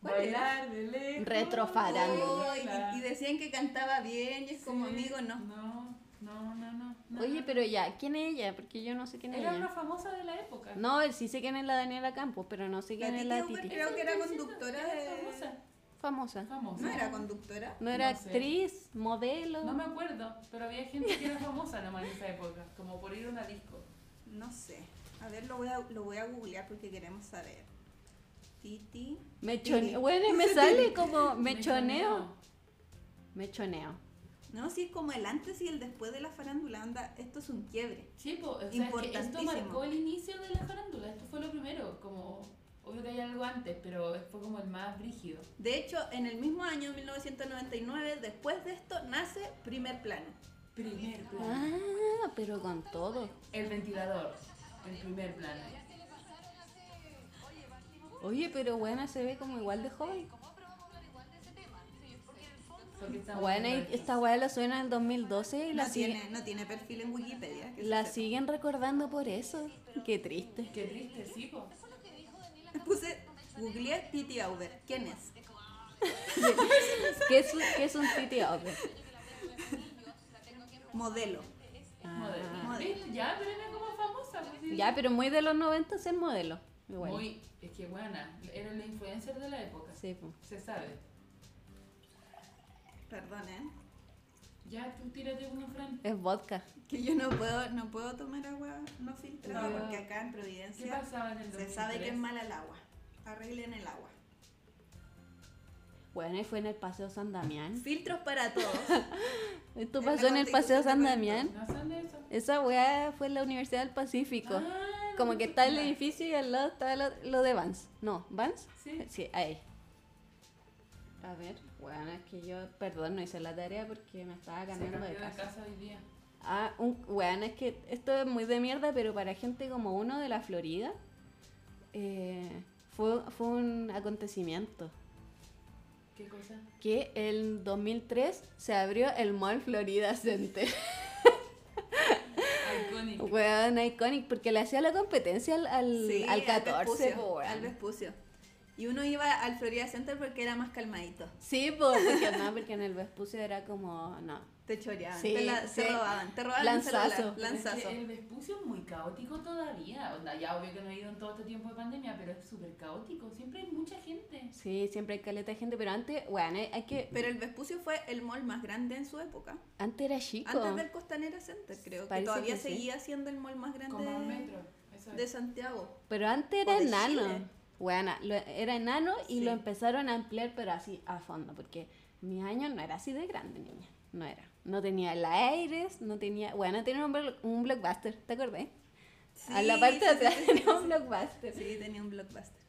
Speaker 1: ¿Cuál
Speaker 2: Bailar de lejos.
Speaker 1: Retrofarándula.
Speaker 3: Oh, y- y, decían que cantaba bien y es como
Speaker 2: Sí,
Speaker 3: amigo, no.
Speaker 2: No, no, no, no. no,
Speaker 1: Oye,
Speaker 2: no.
Speaker 1: pero ya, ¿quién es ella? Porque yo no sé quién es
Speaker 2: Era una
Speaker 1: ella.
Speaker 2: famosa de la época.
Speaker 1: No, sí sé quién es la Daniela Campos, pero no sé
Speaker 3: La
Speaker 1: quién es
Speaker 3: Titi
Speaker 1: la
Speaker 3: Uber
Speaker 1: Titi.
Speaker 3: creo que era
Speaker 2: Esa
Speaker 3: conductora
Speaker 2: era
Speaker 3: de...
Speaker 2: famosa.
Speaker 1: Famosa.
Speaker 2: Famosa.
Speaker 3: No era conductora.
Speaker 1: No era
Speaker 2: No sé.
Speaker 1: actriz, modelo.
Speaker 2: No me acuerdo, pero había gente que era famosa nomás en esa época, como por ir a una disco.
Speaker 3: No sé. A ver, lo voy a, lo voy a googlear porque queremos saber. Titi.
Speaker 1: Me
Speaker 3: Titi.
Speaker 1: chone- Bueno, me sale como mechoneo.
Speaker 2: Mechoneo.
Speaker 1: Mechoneo.
Speaker 3: No, sí, es como el antes y el después de la farándula. Onda, esto es un quiebre.
Speaker 2: Sí, po, o sea, es que esto
Speaker 3: Importantísimo.
Speaker 2: marcó el inicio de la farándula, esto fue lo primero, como, obvio que hay algo antes, pero fue como el más brígido.
Speaker 3: De hecho, en el mismo año, 1999, después de esto, nace Primer Plano.
Speaker 2: Primer plano.
Speaker 1: Ah, pero con todo.
Speaker 2: El ventilador, el primer plano.
Speaker 1: Oye, pero buena se ve como igual de joven.
Speaker 2: Porque estamos
Speaker 1: Buena,
Speaker 2: hablando de esto.
Speaker 1: esta weá la suena en el 2012 y la,
Speaker 3: No
Speaker 1: sigue-
Speaker 3: tiene, no tiene perfil en Wikipedia. que
Speaker 1: la
Speaker 3: se
Speaker 1: siguen recordando por eso. Qué triste.
Speaker 2: Qué triste, sí, po.
Speaker 3: sepa. Puse, googleé Titi Auber. ¿Quién es?
Speaker 1: ¿Qué es, un- qué es un Titi Over?
Speaker 3: Modelo.
Speaker 1: Ah.
Speaker 2: Modelo.
Speaker 3: Modelo.
Speaker 2: "Ah, ¿Viste? Ya, pero era como famosa. pues, sí.
Speaker 1: Ya, pero muy de los 90 ser modelo. Igual.
Speaker 2: Muy, es que buena, era la influencer de la época,
Speaker 1: Sí, po.
Speaker 2: se sabe.
Speaker 3: Perdón, ¿eh?
Speaker 2: Ya, tú tírate uno, Fran.
Speaker 1: es vodka.
Speaker 3: Que yo no puedo, no puedo tomar agua no filtrada
Speaker 2: No.
Speaker 3: porque acá en
Speaker 2: ¿Qué
Speaker 3: Providencia
Speaker 2: pasaba en el 2003?
Speaker 3: se sabe que es mala el agua. Arreglen el agua.
Speaker 1: Bueno, y fue en el Paseo San Damián.
Speaker 3: Filtros para todos.
Speaker 1: Esto
Speaker 3: En
Speaker 1: pasó
Speaker 3: la
Speaker 1: en el Paseo
Speaker 3: Constitución
Speaker 1: San
Speaker 3: de
Speaker 1: Damián.
Speaker 2: No son de eso.
Speaker 1: Esa weá fue en la Universidad del Pacífico.
Speaker 2: Ah,
Speaker 1: Como que está el
Speaker 2: ya.
Speaker 1: edificio y al lado está lo, lo de Vans. No, Vans.
Speaker 2: Sí.
Speaker 1: Sí, ahí. A ver, bueno, es que yo, perdón, no hice la tarea porque me estaba
Speaker 2: Se
Speaker 1: ganando
Speaker 2: cambió
Speaker 1: de casa.
Speaker 2: hoy día.
Speaker 1: Ah, un, bueno, es que esto es muy de mierda, pero para gente como uno de la Florida, eh, fue, fue un acontecimiento.
Speaker 2: ¿Qué cosa?
Speaker 1: Que en 2003 se abrió el Mall Florida Center.
Speaker 2: Iconic.
Speaker 1: Weón, iconic, porque le hacía la competencia al, al,
Speaker 3: Sí,
Speaker 1: al 14,
Speaker 3: Vespucio,
Speaker 1: po, weón.
Speaker 3: al Vespucio. Y uno iba al Florida Center porque era más calmadito.
Speaker 1: Sí, po, porque no, porque en el Vespucio era como, no.
Speaker 3: Te choreaban,
Speaker 1: Sí,
Speaker 3: te, la-
Speaker 1: sí.
Speaker 3: te robaban, te robaban
Speaker 1: Lanzazo.
Speaker 3: el celular,
Speaker 2: Pero es que
Speaker 3: lanzazo.
Speaker 2: el Vespucio es muy caótico todavía. Onda, ya obvio que no he ido en todo este tiempo de pandemia, pero es súper caótico. Siempre hay mucha gente.
Speaker 1: Sí, siempre hay caleta de gente, pero antes, weón, hay, hay que,
Speaker 3: Pero el Vespucio fue el mall más grande en su época.
Speaker 1: antes era chico.
Speaker 3: Antes del Costanera Center, creo.
Speaker 1: Parece
Speaker 3: que todavía
Speaker 1: que sí.
Speaker 3: seguía siendo el mall más grande
Speaker 2: Como un metro. Eso es.
Speaker 3: de Santiago.
Speaker 1: Pero antes
Speaker 3: O
Speaker 1: era
Speaker 3: de Chile.
Speaker 1: enano. Bueno, lo- era enano y
Speaker 3: Sí.
Speaker 1: lo empezaron a ampliar, pero así a fondo, porque mi año no era así de grande, niña. No era. No tenía el aires, E no tenía. Bueno, tenía un, blo- un blockbuster, ¿te acordás? a la
Speaker 3: Sí,
Speaker 1: parte de
Speaker 3: sí, sí,
Speaker 1: atrás
Speaker 3: sí, sí,
Speaker 1: tenía
Speaker 3: sí.
Speaker 1: un blockbuster.
Speaker 3: Sí, tenía un blockbuster.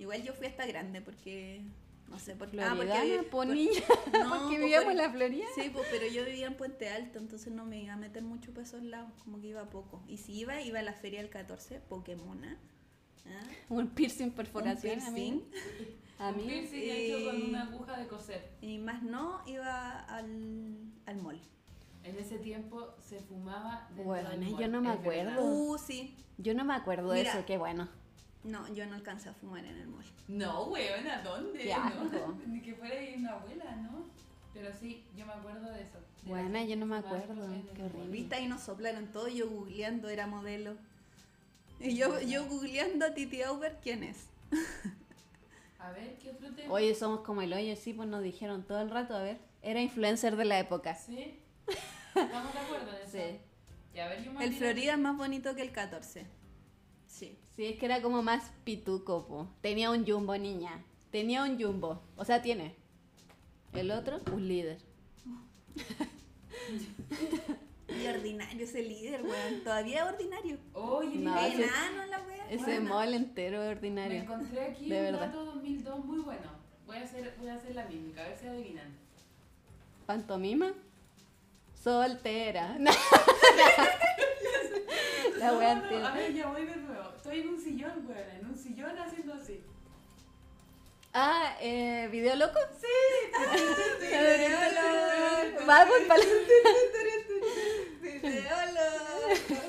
Speaker 3: Igual yo fui hasta grande porque. ah, No sé, por
Speaker 1: Floridana, po, niña, porque
Speaker 3: po,
Speaker 1: vivíamos en
Speaker 3: por-
Speaker 1: la Florida.
Speaker 3: Sí, pues, pero yo vivía en Puente Alto, entonces no me iba a meter mucho para esos lados, como que iba poco. Y si iba, iba a la feria del 14, Pokémona. ¿ah?
Speaker 1: Un piercing
Speaker 3: Un
Speaker 1: perforación a mí.
Speaker 3: piercing.
Speaker 1: A
Speaker 2: Un
Speaker 1: mí.
Speaker 2: piercing hecho con
Speaker 3: eh,
Speaker 2: una aguja de coser.
Speaker 3: Y más no, iba al, al mall.
Speaker 2: En ese tiempo se fumaba dentro
Speaker 1: Bueno,
Speaker 2: del
Speaker 1: yo
Speaker 2: mall,
Speaker 1: no me
Speaker 2: es verdad.
Speaker 1: acuerdo.
Speaker 3: Uh, sí.
Speaker 1: Yo no me acuerdo de
Speaker 3: Mira.
Speaker 1: eso, qué bueno.
Speaker 3: No, yo no alcancé a fumar en el mall.
Speaker 2: No, weón, ¿a dónde?
Speaker 1: Qué asco.
Speaker 2: No, Ni que fuera ahí una abuela, ¿no? Pero sí, yo me acuerdo de eso. de la
Speaker 1: Buena,
Speaker 2: gente
Speaker 1: yo no me
Speaker 2: fumando
Speaker 1: acuerdo,
Speaker 2: en el
Speaker 1: qué
Speaker 2: mall.
Speaker 1: horrible.
Speaker 3: Viste, ahí nos soplaron todo, yo googleando, era modelo. Y yo, yo googleando a Titi Auber, ¿quién es?
Speaker 2: A ver, ¿qué otro tema?
Speaker 1: Oye, somos como el hoyo, sí, pues nos dijeron todo el rato, a ver. Era influencer de la época.
Speaker 2: ¿Sí? ¿Estamos de acuerdo en eso?
Speaker 1: Sí.
Speaker 2: Ya, a ver, yo me
Speaker 3: El
Speaker 2: olvidé.
Speaker 3: Florida es más bonito que el 14. Sí.
Speaker 1: Sí, es que era como más pituco, po. Tenía un jumbo, niña. Tenía un jumbo. O sea, tiene. El otro, un líder.
Speaker 3: Y ordinario ese líder, weón. Todavía es ordinario.
Speaker 2: Oye,
Speaker 1: No,
Speaker 2: mira,
Speaker 1: ese-
Speaker 3: Enano la wea.
Speaker 1: Ah, Ese
Speaker 3: Bueno.
Speaker 1: mall entero es
Speaker 2: me
Speaker 1: ordinario.
Speaker 2: encontré aquí
Speaker 1: De
Speaker 2: un
Speaker 1: verdad.
Speaker 2: dato 2002 muy bueno. Voy a hacer, voy a hacer la mímica, a ver si adivinan.
Speaker 1: Pantomima. Soltera. La wea
Speaker 2: no, no,
Speaker 1: entera.
Speaker 2: A ver, ya voy de nuevo. Estoy en un sillón, weón, en un sillón haciendo así.
Speaker 1: Ah, eh, ¿video loco? Sí.
Speaker 3: Videólogo.
Speaker 1: Vamos para
Speaker 3: Videólogo.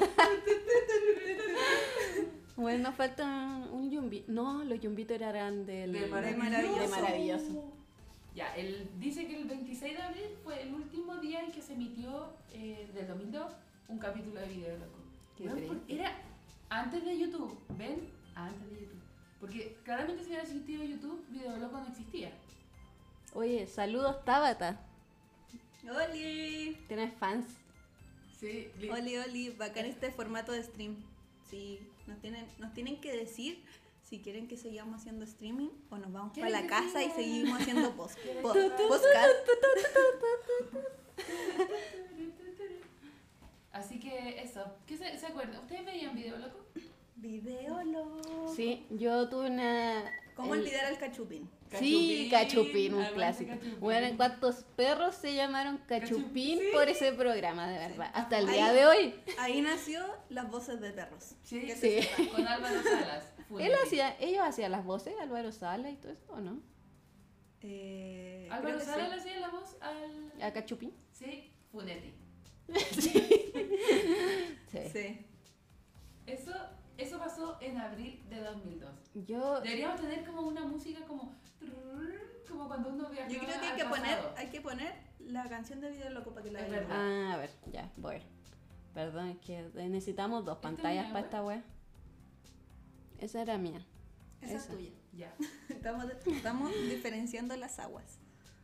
Speaker 1: Bueno, nos falta un yumbito. No, los yumbitos eran del...
Speaker 2: De
Speaker 3: maravilloso.
Speaker 1: de maravilloso.
Speaker 2: Ya, él dice que el 26 de abril fue el último día en que se emitió eh, del 2002 un capítulo de Video Loco.
Speaker 1: Qué
Speaker 2: Weón, por-
Speaker 1: triste.
Speaker 2: era antes de YouTube, ¿ven? Antes de YouTube. Porque claramente si hubiera existido YouTube, Video Loco no existía.
Speaker 1: Oye, saludos Tabata.
Speaker 3: ¡Oli!
Speaker 1: Tienes fans.
Speaker 2: Sí, li-
Speaker 3: Oli, Oli, bacán este formato de stream. Sí, nos tienen, nos tienen que decir si quieren que sigamos haciendo streaming o nos vamos para
Speaker 2: ¿Quieren
Speaker 3: la
Speaker 2: que
Speaker 3: casa y
Speaker 2: siga?
Speaker 3: seguimos haciendo post,
Speaker 2: ¿Quieren
Speaker 3: po-
Speaker 2: que siga?
Speaker 3: podcast.
Speaker 2: Así que eso. ¿Qué se, se acuerdan? ¿Ustedes veían Video Loco?
Speaker 3: Videolo.
Speaker 1: Sí, yo tuve una...
Speaker 3: ¿Cómo
Speaker 1: el-
Speaker 3: olvidar al cachupín?
Speaker 1: Sí, Cachupín, un
Speaker 2: aguante
Speaker 1: clásico.
Speaker 2: Cachupín.
Speaker 1: Bueno, ¿cuántos perros se llamaron
Speaker 2: Cachupín.
Speaker 1: Cachupín por ese programa, de verdad? Hasta el día
Speaker 3: Ahí-
Speaker 1: de hoy.
Speaker 3: Ahí nació las voces de perros.
Speaker 2: Sí,
Speaker 3: Que
Speaker 1: Sí.
Speaker 3: se
Speaker 2: sepa, Con Álvaro Salas.
Speaker 1: Él
Speaker 2: Fúnebre.
Speaker 1: hacía, ellos hacían las voces, Álvaro Sala y todo eso, ¿o no?
Speaker 3: Eh, creo
Speaker 2: Álvaro
Speaker 3: que sí.
Speaker 2: Salas le hacía la voz al.
Speaker 1: A Cachupín.
Speaker 2: Sí, Funetti.
Speaker 1: Sí.
Speaker 3: Sí.
Speaker 2: Eso, eso pasó en abril de 2002.
Speaker 1: Yo,
Speaker 2: Deberíamos tener como una música como. Como cuando uno viaja.
Speaker 3: Yo creo que hay
Speaker 2: al
Speaker 3: que poner,
Speaker 2: pasado.
Speaker 3: hay que poner la canción de Video Loco para que la
Speaker 2: Es
Speaker 3: vean.
Speaker 2: verdad.
Speaker 1: ah, a ver, ya, voy. Perdón, es que necesitamos dos
Speaker 2: ¿Esta es
Speaker 1: pantallas
Speaker 2: mía,
Speaker 1: para
Speaker 2: wea?
Speaker 1: esta wea. Esa era mía.
Speaker 3: Esa es
Speaker 1: Esa.
Speaker 3: tuya.
Speaker 2: Ya.
Speaker 3: Estamos, estamos diferenciando las aguas.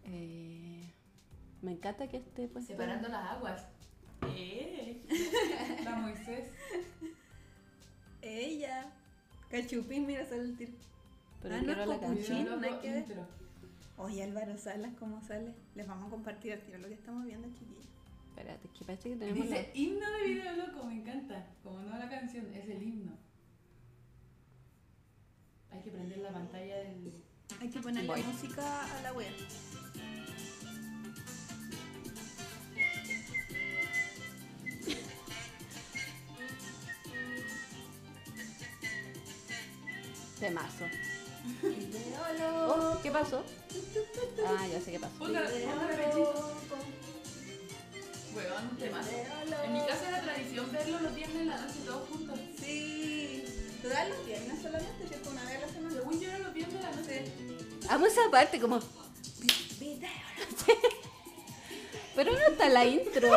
Speaker 1: Eh, me encanta que esté pues
Speaker 2: Separando las aguas. ¡Eh! La Moisés.
Speaker 3: Ella. Cachupín, mira, sale el tiro.
Speaker 1: Pero
Speaker 3: Ah, no,
Speaker 1: quiero la
Speaker 3: como un
Speaker 1: canción.
Speaker 3: Chin, no hay
Speaker 2: Loco,
Speaker 3: que ver.
Speaker 2: intro.
Speaker 3: Oye, Álvaro Salas, ¿cómo sale? Les vamos a compartir al tiro lo que estamos viendo, chiquillos.
Speaker 1: Espérate, que parece que tenemos
Speaker 2: Dice himno de video loco, me encanta. Como no la canción, es el himno. Hay que prender la pantalla del.
Speaker 3: Hay que ponerle
Speaker 1: Voy.
Speaker 3: música a la wea.
Speaker 1: la- temazo.
Speaker 3: Videolo.
Speaker 1: Oh, ¿qué pasó? Ah, ya sé qué pasó.
Speaker 2: Ponga- ponga pechito. Huevón, un temazo.
Speaker 3: Videolo.
Speaker 2: En mi casa era tradición verlo los viernes en la noche todos juntos.
Speaker 3: Sí. ¿Tú das los viernes solamente? ¿Cierto? Una vez a la semana.
Speaker 2: Según yo era los viernes en la noche.
Speaker 3: Sí.
Speaker 1: Amo esa parte como.
Speaker 3: Videolo.
Speaker 1: Pero no está la intro.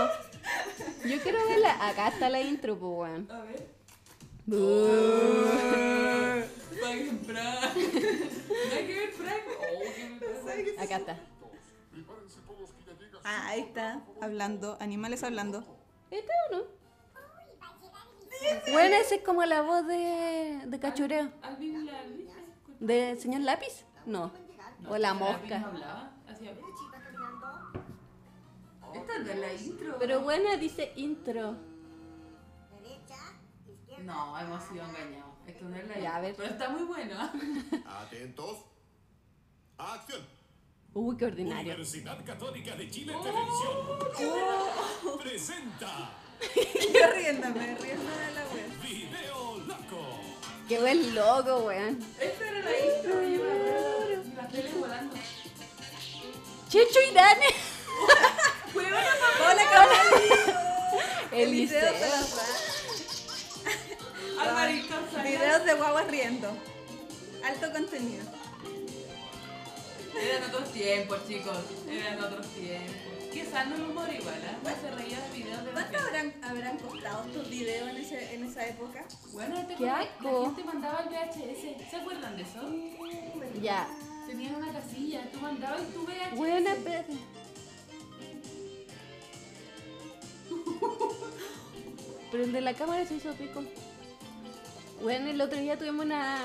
Speaker 1: Yo quiero verla. Acá está la intro, pues weón.
Speaker 2: A ver. Paguen Frank. No hay que ver Frank. Oh, qué me
Speaker 1: Acá está.
Speaker 3: Ah, ahí está. Hablando. Animales hablando.
Speaker 1: ¿Este o no? Bueno, esa es como la voz de, de cachureo.
Speaker 2: Alvin la
Speaker 1: ¿De señor lápiz? No. O la
Speaker 2: Alvin no
Speaker 1: mosca.
Speaker 2: hablaba. Hacía. Esta no es la intro.
Speaker 1: Pero buena dice intro.
Speaker 2: No, hemos sido engañados. Esto no es la
Speaker 1: Ya, a ver.
Speaker 2: Pero está muy bueno.
Speaker 4: Atentos. Acción.
Speaker 1: Uy, qué ordinario.
Speaker 4: Universidad Católica de Chile Televisión presenta
Speaker 3: Yo riéndome, riéndome de la wea.
Speaker 4: Video Loco.
Speaker 1: Qué buen loco, weón.
Speaker 2: Esta era la intro. Yo me acuerdo. Y las teles volando.
Speaker 1: Checho y Dane.
Speaker 3: ¡Hola, cabrón!
Speaker 1: Eliseo.
Speaker 2: Alvarito Salas.
Speaker 3: Videos de guaguas riendo. Alto contenido.
Speaker 2: Eran otros tiempos, chicos. Eran otros tiempos. Qué sano el humor igual, ¿eh? No se reía de videos de
Speaker 3: ¿Cuánto habrán, habrán costado estos videos en, ese- en esa época?
Speaker 2: Bueno, te
Speaker 1: Qué
Speaker 2: acordás,
Speaker 1: asco.
Speaker 2: la gente mandaba el VHS. ¿Se acuerdan de eso?
Speaker 1: Ya.
Speaker 2: Tenían una casilla, tú mandabas tu VHS.
Speaker 1: Buena, espérate. Pero el de la cámara se hizo pico. Bueno, el otro día tuvimos una.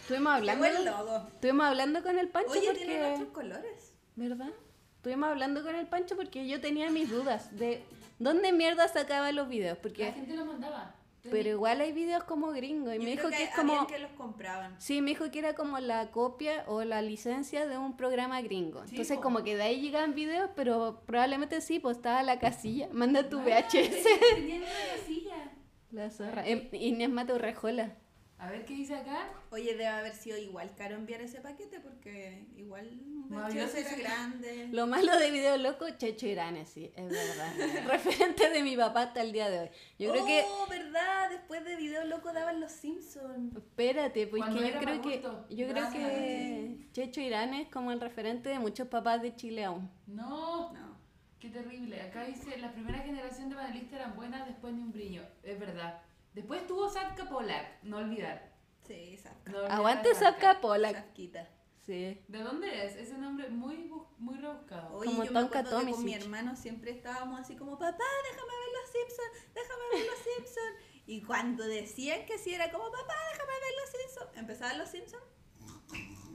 Speaker 1: Estuvimos
Speaker 3: Qué
Speaker 1: hablando.
Speaker 3: buen logo.
Speaker 1: Estuvimos hablando con el Pancho
Speaker 3: Oye,
Speaker 1: porque.
Speaker 3: tiene nuestros colores.
Speaker 1: ¿Verdad? Estuvimos hablando con el Pancho porque yo tenía mis dudas de dónde mierda sacaba los videos.
Speaker 2: La
Speaker 1: Porque,
Speaker 2: gente lo mandaba.
Speaker 1: pero igual hay videos como gringo y
Speaker 3: Yo
Speaker 1: me dijo
Speaker 3: creo
Speaker 1: que, es
Speaker 3: habían
Speaker 1: como.
Speaker 3: que los compraban.
Speaker 1: Sí, me dijo que era como la copia o la licencia de un programa gringo.
Speaker 2: Sí,
Speaker 1: Entonces,
Speaker 2: po.
Speaker 1: como que de ahí llegaban videos, pero probablemente sí, pues estaba la casilla. Manda tu VHS.
Speaker 2: Tenían una casilla.
Speaker 1: La zorra. Em, Inés Mata Urrejola.
Speaker 2: A ver qué dice acá.
Speaker 3: Oye, debe haber sido igual caro enviar ese paquete porque igual un
Speaker 2: No,
Speaker 3: panchero
Speaker 2: yo sí
Speaker 3: era
Speaker 2: sé.
Speaker 3: grande.
Speaker 1: Lo malo de Video Loco, Checho Irane, sí, es verdad. Referente de mi papá hasta el día de hoy. Yo creo que,
Speaker 3: Oh, verdad, después de Video Loco daban los Simpsons.
Speaker 1: espérate, pues
Speaker 2: Cuando
Speaker 1: que yo
Speaker 2: era
Speaker 1: creo
Speaker 2: más
Speaker 1: que,
Speaker 2: adulto.
Speaker 1: yo creo
Speaker 2: Gracias.
Speaker 1: que Checho Irane es como el referente de muchos papás de Chile aún.
Speaker 2: No,
Speaker 3: No.
Speaker 2: qué terrible. Acá dice, la primera generación de panelistas eran buenas después ni un brillo. Es verdad. Después tuvo Zapka Polak, no olvidar.
Speaker 3: Sí, Zapka.
Speaker 2: No olvidar a
Speaker 1: Aguante Zapka Polak.
Speaker 3: Zapquita.
Speaker 1: Sí.
Speaker 2: ¿De dónde es? Ese nombre muy, bu- muy rebuscado.
Speaker 3: Oye,
Speaker 1: Como
Speaker 3: yo me
Speaker 1: Tonka
Speaker 3: acuerdo que con mi
Speaker 1: Tomicic.
Speaker 3: hermano siempre estábamos así como, papá, déjame ver los Simpsons, déjame ver los Simpsons. Y cuando decían que sí, era como, papá, déjame ver los Simpsons. Empezaban los Simpsons.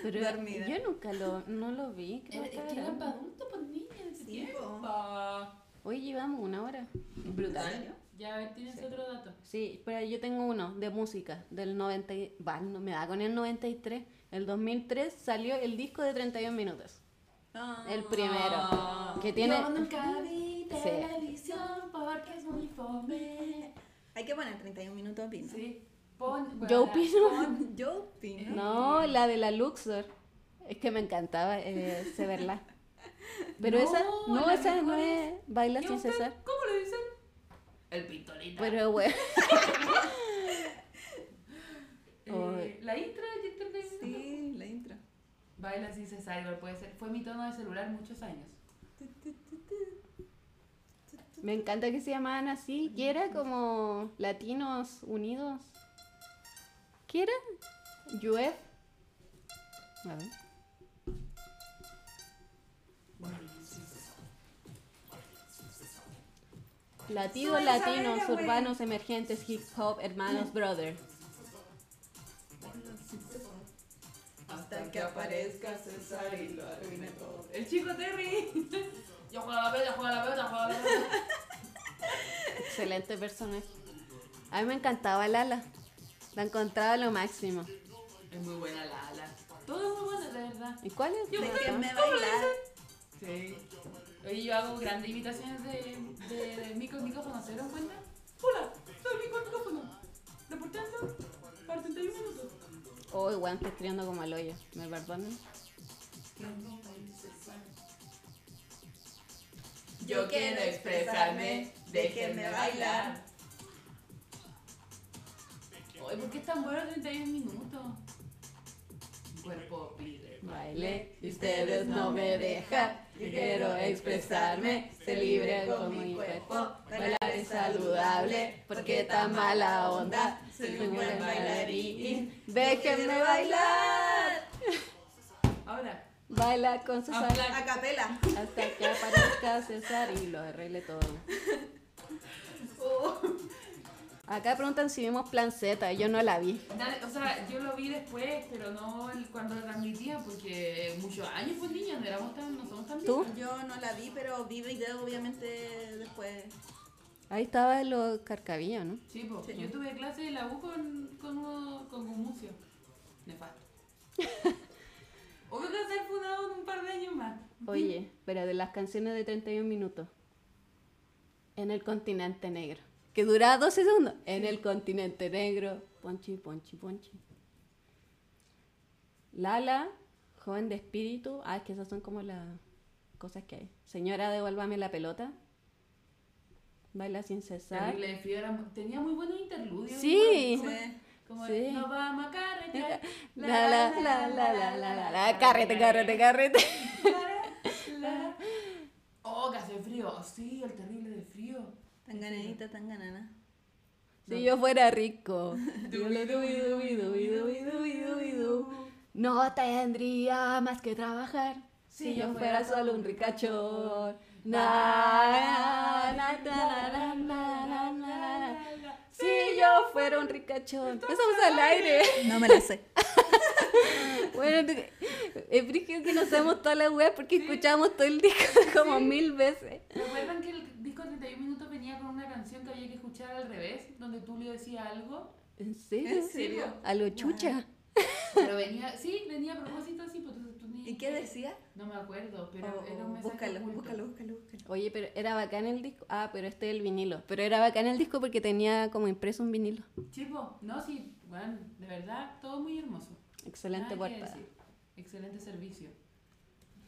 Speaker 1: Pero
Speaker 3: Dormida.
Speaker 1: yo nunca lo, no lo vi. creo
Speaker 2: Es
Speaker 1: que
Speaker 2: que eran
Speaker 1: era.
Speaker 2: para adultos, para niños en ese
Speaker 3: Sí,
Speaker 2: tiempo.
Speaker 1: Hoy llevamos una hora.
Speaker 3: ¿En serio?
Speaker 2: Ya, a ver, tienes otro dato.
Speaker 1: Sí, pero yo tengo uno de música del 90, y- va, no, me da con el 93. El 2003 salió el disco de 31 minutos.
Speaker 3: Ah.
Speaker 1: El primero. Que tiene...
Speaker 2: Yo nunca vi
Speaker 1: Sí.
Speaker 2: televisión porque es muy fome.
Speaker 3: Hay que poner 31 minutos opino.
Speaker 2: Sí. Pon, bueno,
Speaker 1: Yo opino-
Speaker 2: pon-
Speaker 3: Yo opino.
Speaker 1: No, la de la Luxor. Es que me encantaba eh, Severla. Pero
Speaker 2: No,
Speaker 1: esa, no,
Speaker 2: la
Speaker 1: esa no
Speaker 2: mejor
Speaker 1: es Baila
Speaker 2: ¿Y
Speaker 1: sin
Speaker 2: usted?
Speaker 1: cesar.
Speaker 2: ¿Cómo le dicen? El pistolita.
Speaker 1: Pero bueno,
Speaker 2: Eh,
Speaker 1: Ay.
Speaker 2: la intro de Jet Set Radio.
Speaker 3: Sí, la intro.
Speaker 2: Baila sin cesar, igual puede ser. Fue mi tono de celular muchos años.
Speaker 1: me encanta que se llamaban así. Que era como Latinos Unidos. ¿Qué era? UF. A ver. Latidos,
Speaker 3: Suena esa
Speaker 1: latinos,
Speaker 3: verga, güey.
Speaker 1: urbanos, emergentes, hip hop, hermanos, brother.
Speaker 3: Hasta que aparezca César y lo arruine todo.
Speaker 2: El chico Terry. Yo juego a la pelota, juego a la pelota, juego a la pelota.
Speaker 1: Excelente personaje. A mí me encantaba Lala. La encontraba lo máximo.
Speaker 2: Es muy buena la ala. Todo es muy bueno, de verdad.
Speaker 1: ¿Y cuál es?
Speaker 2: Yo
Speaker 1: Me
Speaker 2: creo que
Speaker 1: encanta.
Speaker 3: me baila.
Speaker 2: Sí. Oye, yo hago grandes imitaciones de, de, de micro micrófono, ¿se dieron cuenta? Hola, soy micro micrófono. Reportando para 31 minutos.
Speaker 1: Oh, igual estoy escribiendo como al hoyo. ¿Me perdonan?
Speaker 3: Yo quiero expresarme, déjenme bailar.
Speaker 2: Oye, ¿por qué es tan bueno 31 minutos? Mi Cuerpo pide.
Speaker 1: Baile.
Speaker 3: Y ustedes no me dejan, yo quiero expresarme, ser libre con mi cuerpo, bailar es saludable, porque tan mala onda, soy un buen bailarín, déjenme bailar.
Speaker 2: Ahora,
Speaker 1: Baila con César
Speaker 2: habla.
Speaker 3: A capela.
Speaker 1: hasta que aparezca César y lo arregle todo. Acá preguntan si vimos Plan Z. Yo no la vi.
Speaker 2: Nadie- o sea, yo lo vi después, pero no el- cuando lo transmitían, porque muchos años fue niña, no éramos tan, no somos tan
Speaker 1: ¿Tú?
Speaker 2: viejas.
Speaker 3: Yo no la vi, pero vi video obviamente después.
Speaker 1: Ahí estaba los carcabillos, ¿no?
Speaker 2: Sí, po.
Speaker 3: Sí.
Speaker 2: yo tuve clase de la U con, con, uno- con Gumucio. Nefasto. Obvio que va a ser fundado en un par de años más.
Speaker 1: Oye, pero de las canciones de 31 minutos. En el continente negro. Que dura 12 segundos. En el continente negro. Ponchi, ponchi, ponchi. Lala, joven de espíritu. Ah, es que esas son como las cosas que hay. Señora, devuélvame la pelota. Baila sin cesar.
Speaker 2: Terrible de frío, era mu- tenía muy buenos interludios.
Speaker 1: Sí.
Speaker 2: Como,
Speaker 3: Sí.
Speaker 2: como
Speaker 1: Sí.
Speaker 2: el, no vamos a carretear.
Speaker 1: La, la, la, la, la, la, la, Ah, la. Carrete, carrete, carrete.
Speaker 2: la, la. Oh, que hace frío. Sí, el terrible de frío.
Speaker 3: Tan ganadita, tan ganana.
Speaker 1: Si yo fuera rico. Dubi, dubi, dubi, dubi, dubi, dubi, dubi, du. No tendría más que trabajar. Si yo fuera solo un ricachón. Na, na, na, na, na, na, na, na, na. Si yo fuera un ricachón. Estamos al aire.
Speaker 3: No me la sé.
Speaker 1: Bueno, te- es brígido que no sabemos toda la web porque escuchamos todo el disco como mil veces.
Speaker 2: ¿Recuerdan que el disco 31 minutos venía con una canción que había que escuchar al revés? Donde Tulio decía algo.
Speaker 1: ¿En serio?
Speaker 3: serio?
Speaker 1: A lo chucha.
Speaker 2: Pero venía, sí, venía a propósito así, pues entonces tú ni
Speaker 3: ¿Y qué decía?
Speaker 2: No me acuerdo, pero
Speaker 3: Oh,
Speaker 2: era un mensaje
Speaker 3: búscalo,
Speaker 2: oculto.
Speaker 3: búscalo, búscalo, búscalo.
Speaker 1: Oye, pero era bacán el disco. Ah, pero este es el vinilo. Pero era bacán el disco porque tenía como impreso un vinilo.
Speaker 2: Chivo, no, sí, bueno, de verdad, todo muy hermoso.
Speaker 1: Excelente
Speaker 2: Nada que
Speaker 1: portada.
Speaker 2: decir. Excelente servicio.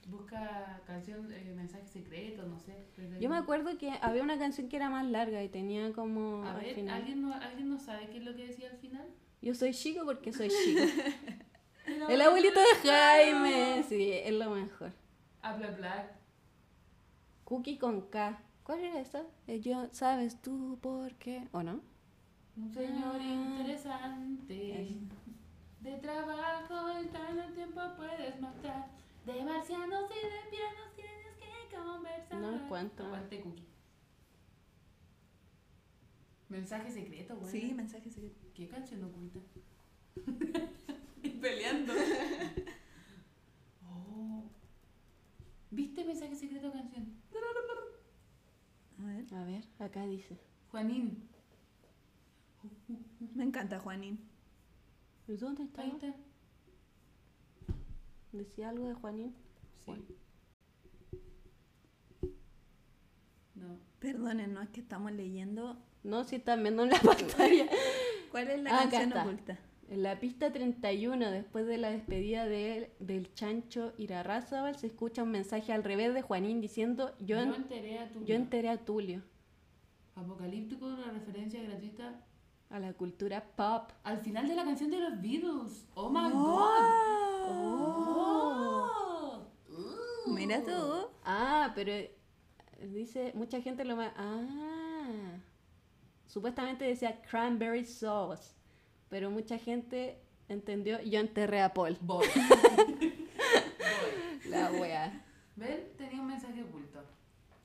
Speaker 2: Busca canción, eh, mensaje secreto, no sé. desde
Speaker 1: Yo me
Speaker 2: ahí.
Speaker 1: acuerdo que había una canción que era más larga y tenía como
Speaker 2: A
Speaker 1: al
Speaker 2: ver,
Speaker 1: final.
Speaker 2: ¿alguien no, ¿alguien no sabe qué es lo que decía al final?
Speaker 1: Yo soy chico porque soy chico. el abuelito de Jaime. Sí, es lo mejor.
Speaker 2: Habla Black.
Speaker 1: Cookie con K. ¿Cuál era esa? Eh, Yo, ¿sabes tú por qué? ¿O no?
Speaker 2: Un señor
Speaker 1: Ah.
Speaker 2: interesante.
Speaker 1: Eso.
Speaker 2: De trabajo en tanto tiempo puedes matar. De marcianos y de pianos tienes que conversar.
Speaker 1: No, ¿cuánto?
Speaker 2: Aguante, Cookie. Mensaje secreto, güey.
Speaker 3: Sí, mensaje secreto.
Speaker 2: ¿Qué canción oculta?
Speaker 3: Peleando.
Speaker 2: Oh. ¿Viste mensaje secreto canción?
Speaker 3: A ver,
Speaker 1: A ver, acá dice.
Speaker 2: Juanín,
Speaker 3: me encanta Juanín.
Speaker 1: ¿Dónde está?
Speaker 2: ahí está.
Speaker 1: Decía algo de Juanín. Bueno.
Speaker 2: Sí. No.
Speaker 3: Perdonen, no es que estamos leyendo.
Speaker 1: No, sí, están viendo en la pantalla.
Speaker 3: ¿Cuál es la
Speaker 1: Ah, acá
Speaker 3: canción
Speaker 1: está.
Speaker 3: oculta?
Speaker 1: En la pista 31, después de la despedida de- del chancho Irarrázaval, se escucha un mensaje al revés de Juanín diciendo: Yo,
Speaker 2: Yo,
Speaker 1: en-
Speaker 2: enteré a tu.
Speaker 1: yo enteré a Tulio,
Speaker 2: Apocalíptico, una referencia gratuita
Speaker 1: a la cultura pop.
Speaker 2: al final de la canción de los Beatles. Oh my god. Oh.
Speaker 3: Oh. Mira tú.
Speaker 1: Ah, pero eh, dice: mucha gente lo ma- Ah, supuestamente decía cranberry sauce, pero mucha gente entendió: Yo enterré a Paul.
Speaker 2: Voy.
Speaker 1: La wea.
Speaker 2: ¿Ven? Tenía un mensaje oculto.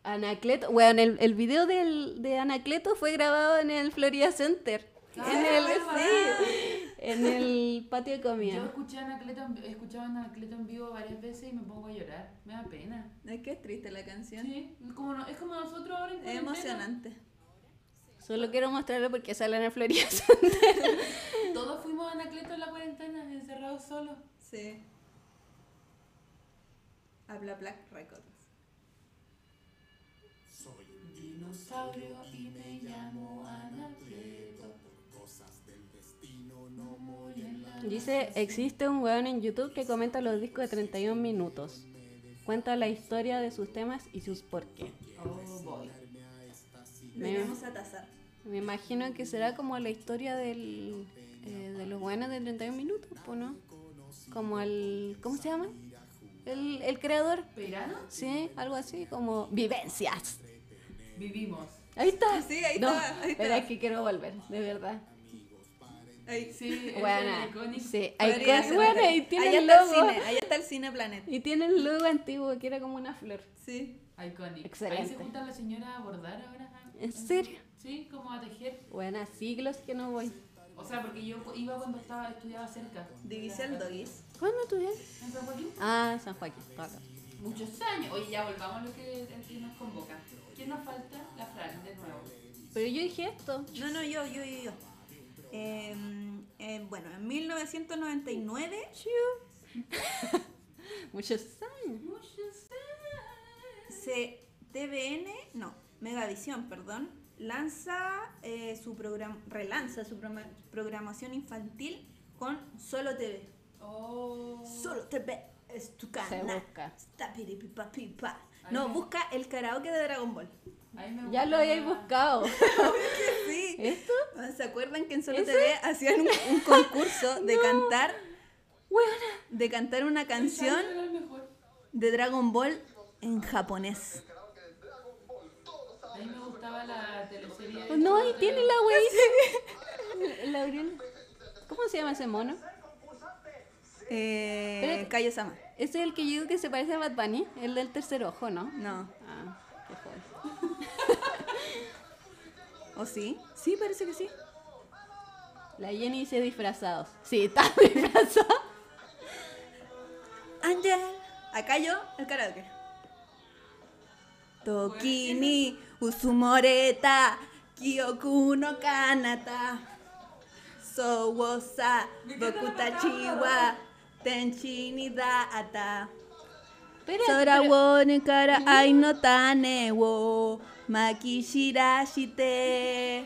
Speaker 1: Anacleto, bueno, el, el video del, de Anacleto fue grabado en el Florida Center. en, el, sí, en el patio de
Speaker 2: Yo
Speaker 1: comida.
Speaker 2: escuché a Anacleto, en- escuchaba a Anacleto en vivo varias veces y me pongo a llorar. Me da pena.
Speaker 3: Ay, qué triste la canción.
Speaker 2: Sí, es como, no- es como nosotros ahora en
Speaker 3: Es
Speaker 2: cuarentena.
Speaker 3: emocionante.
Speaker 1: Solo quiero mostrarlo porque sale en el Florida Center.
Speaker 2: Todos fuimos a Anacleto en la cuarentena, encerrados solos.
Speaker 3: Sí. Habla Black Records.
Speaker 4: Soy
Speaker 2: Dinosaurio y me llamo
Speaker 4: inquieto
Speaker 2: Anacleto.
Speaker 4: por cosas del destino, no voy en la
Speaker 1: Dice, existe un weón en YouTube que comenta los discos de 31 minutos. Cuenta la historia de sus temas y sus por qué.
Speaker 2: Oh, voy.
Speaker 3: Lo
Speaker 1: Me-
Speaker 3: iremos a tasar.
Speaker 1: Me imagino que será como la historia del, eh, de los buenos de 31 minutos, po, ¿no? Como el... ¿Cómo se llama? El, el creador.
Speaker 2: ¿Verano?
Speaker 1: Sí, algo así como vivencias.
Speaker 2: Vivimos.
Speaker 1: Ahí está.
Speaker 3: Sí, ahí
Speaker 1: Ah, No,
Speaker 3: está, ahí está.
Speaker 1: pero es que quiero volver, de verdad.
Speaker 3: Ahí.
Speaker 2: Sí, es el
Speaker 1: Bueno,
Speaker 2: icónico.
Speaker 1: sí. Ahí,
Speaker 3: Podría
Speaker 1: está-
Speaker 3: ser un
Speaker 1: bueno,
Speaker 3: tra-
Speaker 1: y
Speaker 3: Ahí
Speaker 1: tiene el
Speaker 3: está el
Speaker 1: logo.
Speaker 3: cine, ahí está el cine Planet.
Speaker 1: Y tiene el logo antiguo que era como una flor.
Speaker 3: Sí.
Speaker 2: Iconic. Ahí se
Speaker 1: Excelente.
Speaker 2: junta la señora a bordar ahora.
Speaker 1: ¿En serio?
Speaker 2: Sí, como a tejer.
Speaker 1: Buenas, siglos que no voy.
Speaker 2: O sea, porque yo iba cuando estaba estudiaba cerca.
Speaker 3: División Doggies.
Speaker 1: ¿Cuándo estudiaste?
Speaker 2: ¿En San Joaquín?
Speaker 1: Ah, San Joaquín. todo acá.
Speaker 2: Muchos años. Oye, ya volvamos a lo que, el que nos convoca. ¿Quién nos falta? La Fran, de nuevo.
Speaker 1: Pero yo dije esto.
Speaker 3: No, no, yo, yo, yo, yo. Eh, eh, bueno, en 1999
Speaker 1: Muchos años.
Speaker 2: Muchos años.
Speaker 3: se TVN, no, Megavisión, perdón, lanza eh, su programa, relanza su proma- programación infantil con Solo TV.
Speaker 2: Oh.
Speaker 3: Solo TV es tu
Speaker 1: Se
Speaker 3: canal.
Speaker 1: busca.
Speaker 3: Está piripipa, pipa. No, busca el karaoke de Dragon Ball.
Speaker 2: Ahí me
Speaker 1: Ya
Speaker 2: gusta
Speaker 1: lo habéis
Speaker 2: la-
Speaker 1: buscado.
Speaker 3: Sí. Ah,
Speaker 1: ¿Esto?
Speaker 3: ¿Se acuerdan que en Solo TV hacían un, un concurso de cantar de cantar una canción
Speaker 2: Era el mejor.
Speaker 3: de Dragon Ball en japonés?
Speaker 2: A mí me gustaba la teleserie. de
Speaker 1: No, ahí
Speaker 2: Chavo
Speaker 1: tiene
Speaker 2: del-
Speaker 1: la weita. La Aurel- ¿Cómo se llama ese mono?
Speaker 3: Eh,
Speaker 1: Espérate.
Speaker 3: Cayo Sama.
Speaker 1: Ese es el que yo digo que se parece a Bad Bunny, el del tercer ojo, ¿no?
Speaker 3: No.
Speaker 1: Ah, qué joder.
Speaker 3: ¿O sí? Sí, parece que sí.
Speaker 1: La Jenny dice disfrazados. Sí, está disfrazado.
Speaker 3: Ángel. Acá yo, el karaoke. Tokini, Usumoreta, Kiyokuno Kanata, Sowosa, Bokuta Chiwa, Tenchini Data.
Speaker 1: Espérate,
Speaker 3: Sora
Speaker 1: pero-
Speaker 3: wo ne kara ai no tane wo makishirashite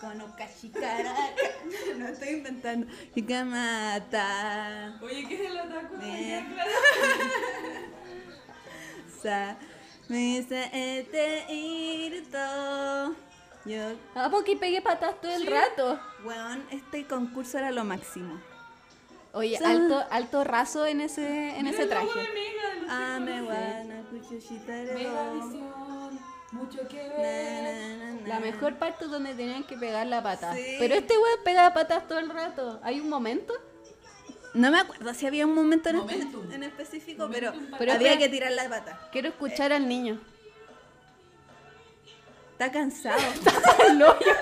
Speaker 3: konokashikara no estoy inventando yikamata
Speaker 2: Oye, ¿qué es el otaku?
Speaker 3: Me-
Speaker 2: Ya, claro.
Speaker 3: sa misaete irto yo
Speaker 1: Ah, porque pegué patas todo el rato.
Speaker 3: weón este concurso era lo máximo
Speaker 1: Oye,
Speaker 3: Sa-
Speaker 1: alto, alto raso en ese, en
Speaker 2: Mira
Speaker 1: ese
Speaker 2: el logo
Speaker 1: traje.
Speaker 2: de Mega, de los
Speaker 3: ame
Speaker 2: Simpsons.
Speaker 3: wana kuchushitare
Speaker 2: Mega visión, mucho que ver.
Speaker 1: La
Speaker 3: la
Speaker 1: mejor parte es donde tenían que pegar la pata.
Speaker 3: Ah. Sí.
Speaker 1: Pero este weón pegaba patas todo el rato. Hay un momento.
Speaker 3: No me acuerdo si había un momento en, espe-
Speaker 2: Momentum.
Speaker 3: en específico, pero,
Speaker 1: Pero
Speaker 3: había
Speaker 1: espera.
Speaker 3: que tirar la pata.
Speaker 1: Quiero
Speaker 3: Eh.
Speaker 1: escuchar al niño.
Speaker 3: Está cansado.
Speaker 1: Tapa el hoyo.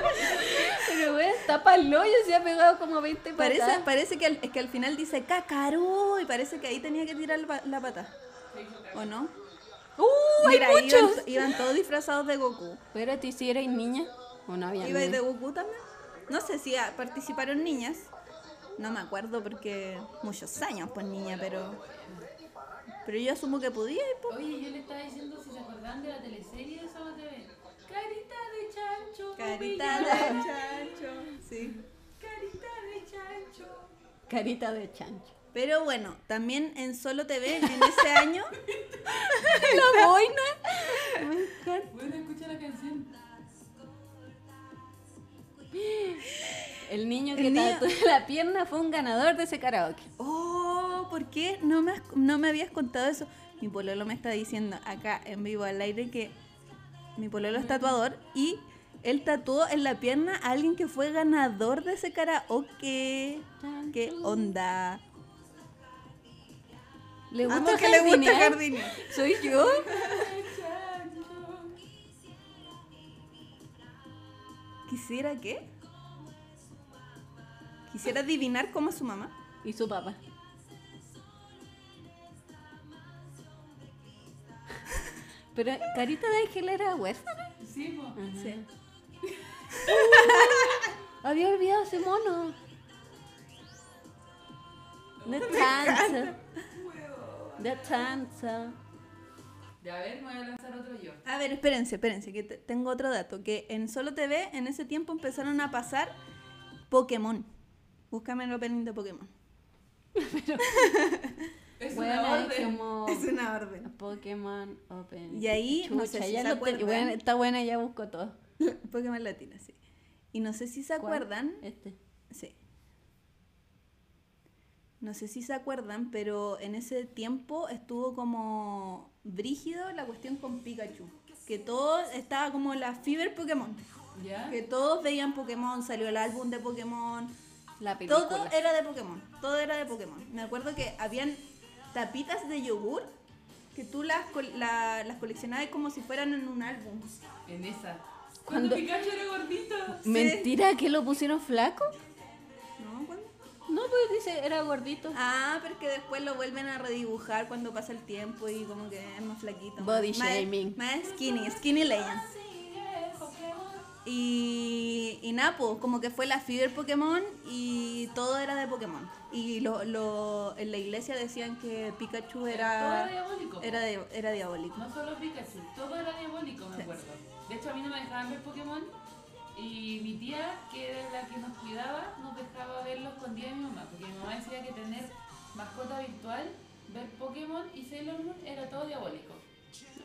Speaker 1: Pero weón, tapa el hoyo. Se ha pegado como 20 patas.
Speaker 3: parece, parece que, al, es que al final dice Kakaru y parece que ahí tenía que tirar la, pa- la pata. ¿O no?
Speaker 1: ¡Uh!
Speaker 3: Mira,
Speaker 1: ¡Hay
Speaker 3: iban,
Speaker 1: muchos!
Speaker 3: iban todos disfrazados de Goku.
Speaker 1: Espérate, si erais niña o no había
Speaker 3: ¿Iba
Speaker 1: niña.
Speaker 3: de Goku también? No sé si ah, participaron niñas. No me acuerdo porque muchos años, pues niña, pero. Pero yo asumo que podía ir, pues.
Speaker 2: Oye, yo le estaba diciendo si se acordaban de la teleserie de Sábado TV. Carita de chancho.
Speaker 3: Carita de
Speaker 2: brillante,
Speaker 3: chancho. Sí.
Speaker 2: Carita de chancho.
Speaker 1: Carita de chancho.
Speaker 3: Pero bueno, también en Solo TV en ese año.
Speaker 1: La boina.
Speaker 2: Bueno, escucha la canción.
Speaker 1: El niño
Speaker 3: El
Speaker 1: que
Speaker 3: niño-
Speaker 1: tatuó la pierna fue un ganador de ese karaoke.
Speaker 3: Oh, ¿por qué no me, has- no me habías contado eso? Mi pololo me está diciendo acá en vivo al aire que mi pololo es tatuador y él tatuó en la pierna a alguien que fue ganador de ese karaoke. ¿Qué onda?
Speaker 1: ¿Le gusta
Speaker 3: Amo que le gusta
Speaker 1: jardinear?
Speaker 3: jardinear.
Speaker 1: ¿Soy yo?
Speaker 3: ¿Quisiera qué? Quisiera adivinar cómo es su mamá.
Speaker 1: Y su papá. Pero Carita de Ángel era huérfana.
Speaker 2: Sí, po.
Speaker 1: Sí. había olvidado ese mono. De tanza. De tanza.
Speaker 2: Ya a ver, me voy a lanzar otro yo.
Speaker 3: A ver, espérense, espérense, que te- tengo otro dato. Que en Solo TV en ese tiempo empezaron a pasar Pokémon. Búscame el opening de Pokémon.
Speaker 2: Es una
Speaker 1: Bueno, es
Speaker 2: orden.
Speaker 1: como
Speaker 3: Es una orden.
Speaker 1: Pokémon Open.
Speaker 3: Y ahí, no sé si
Speaker 1: ya
Speaker 3: se
Speaker 1: lo ten-
Speaker 3: acuerdan.
Speaker 1: bueno, está buena, ya busco todo.
Speaker 3: Pokémon Latina, sí. Y no sé si se
Speaker 1: ¿Cuál?
Speaker 3: acuerdan.
Speaker 1: Este.
Speaker 3: Sí. No sé si se acuerdan, pero en ese tiempo estuvo como brígido la cuestión con Pikachu. Que todo estaba como la fever Pokémon.
Speaker 2: ¿Ya?
Speaker 3: Que todos veían Pokémon, salió el álbum de Pokémon,
Speaker 1: La película.
Speaker 3: Todo era de Pokémon, todo era de Pokémon. Me acuerdo que habían tapitas de yogur que tú las, col- la- las coleccionabas como si fueran en un álbum.
Speaker 2: En esa. Cuando
Speaker 1: Cuando-
Speaker 2: Pikachu era gordito.
Speaker 1: ¿Mentira que lo pusieron flaco?
Speaker 3: ¿No? ¿Cuándo?
Speaker 1: No, pues dice, era gordito.
Speaker 3: Ah, pero es que después lo vuelven a redibujar cuando pasa el tiempo y como que es más flaquito.
Speaker 1: Body
Speaker 3: más,
Speaker 1: shaming.
Speaker 3: Más, más skinny, skinny legend. Y, y nada, pues, como que fue la fever Pokémon y todo era de Pokémon. Y lo, lo- en la iglesia decían que Pikachu
Speaker 2: Todo
Speaker 3: era...
Speaker 2: era diabólico. po.
Speaker 3: Era, de- era diabólico.
Speaker 2: No solo Pikachu, todo era diabólico, me acuerdo. De hecho, a mí no me dejaban ver Pokémon. Y mi tía, que era la que nos cuidaba, nos dejaba verlo escondida de mi mamá. Porque mi mamá decía que tener mascota virtual, ver Pokémon y Sailor Moon era todo diabólico.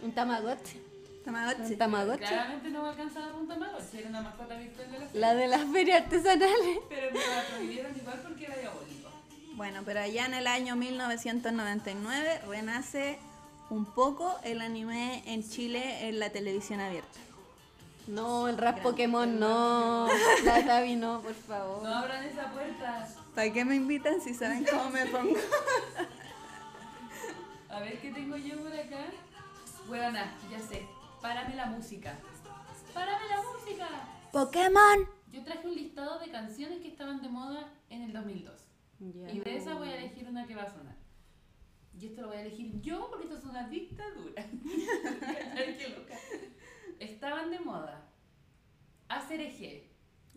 Speaker 1: Un tamagotchi.
Speaker 3: Tamagotchi.
Speaker 1: Un tamagotchi.
Speaker 2: Claramente no me alcanzaba un tamagotchi, era una mascota virtual de la serie.
Speaker 1: La de las ferias artesanales.
Speaker 2: Pero me la prohibieron igual porque era diabólico.
Speaker 3: Bueno, pero allá en el año 1999 renace un poco el anime en Chile en la televisión abierta.
Speaker 1: No, el rap Pokémon no. La Davi no, por favor.
Speaker 3: Oh.
Speaker 2: No abran esa puerta.
Speaker 3: ¿Para qué me invitan si saben cómo me pongo?
Speaker 2: A ver qué tengo yo por acá. Huevana, ya sé. Párame la música. ¡Párame la música!
Speaker 3: ¡Pokémon!
Speaker 2: Yo traje un listado de canciones que estaban de moda en el 2002.
Speaker 1: Ya.
Speaker 2: Y de esa voy a elegir una que va a sonar. Y esto lo voy a elegir yo porque esto es una dictadura. Ay, qué loca. Estaban de moda. Hacer eje.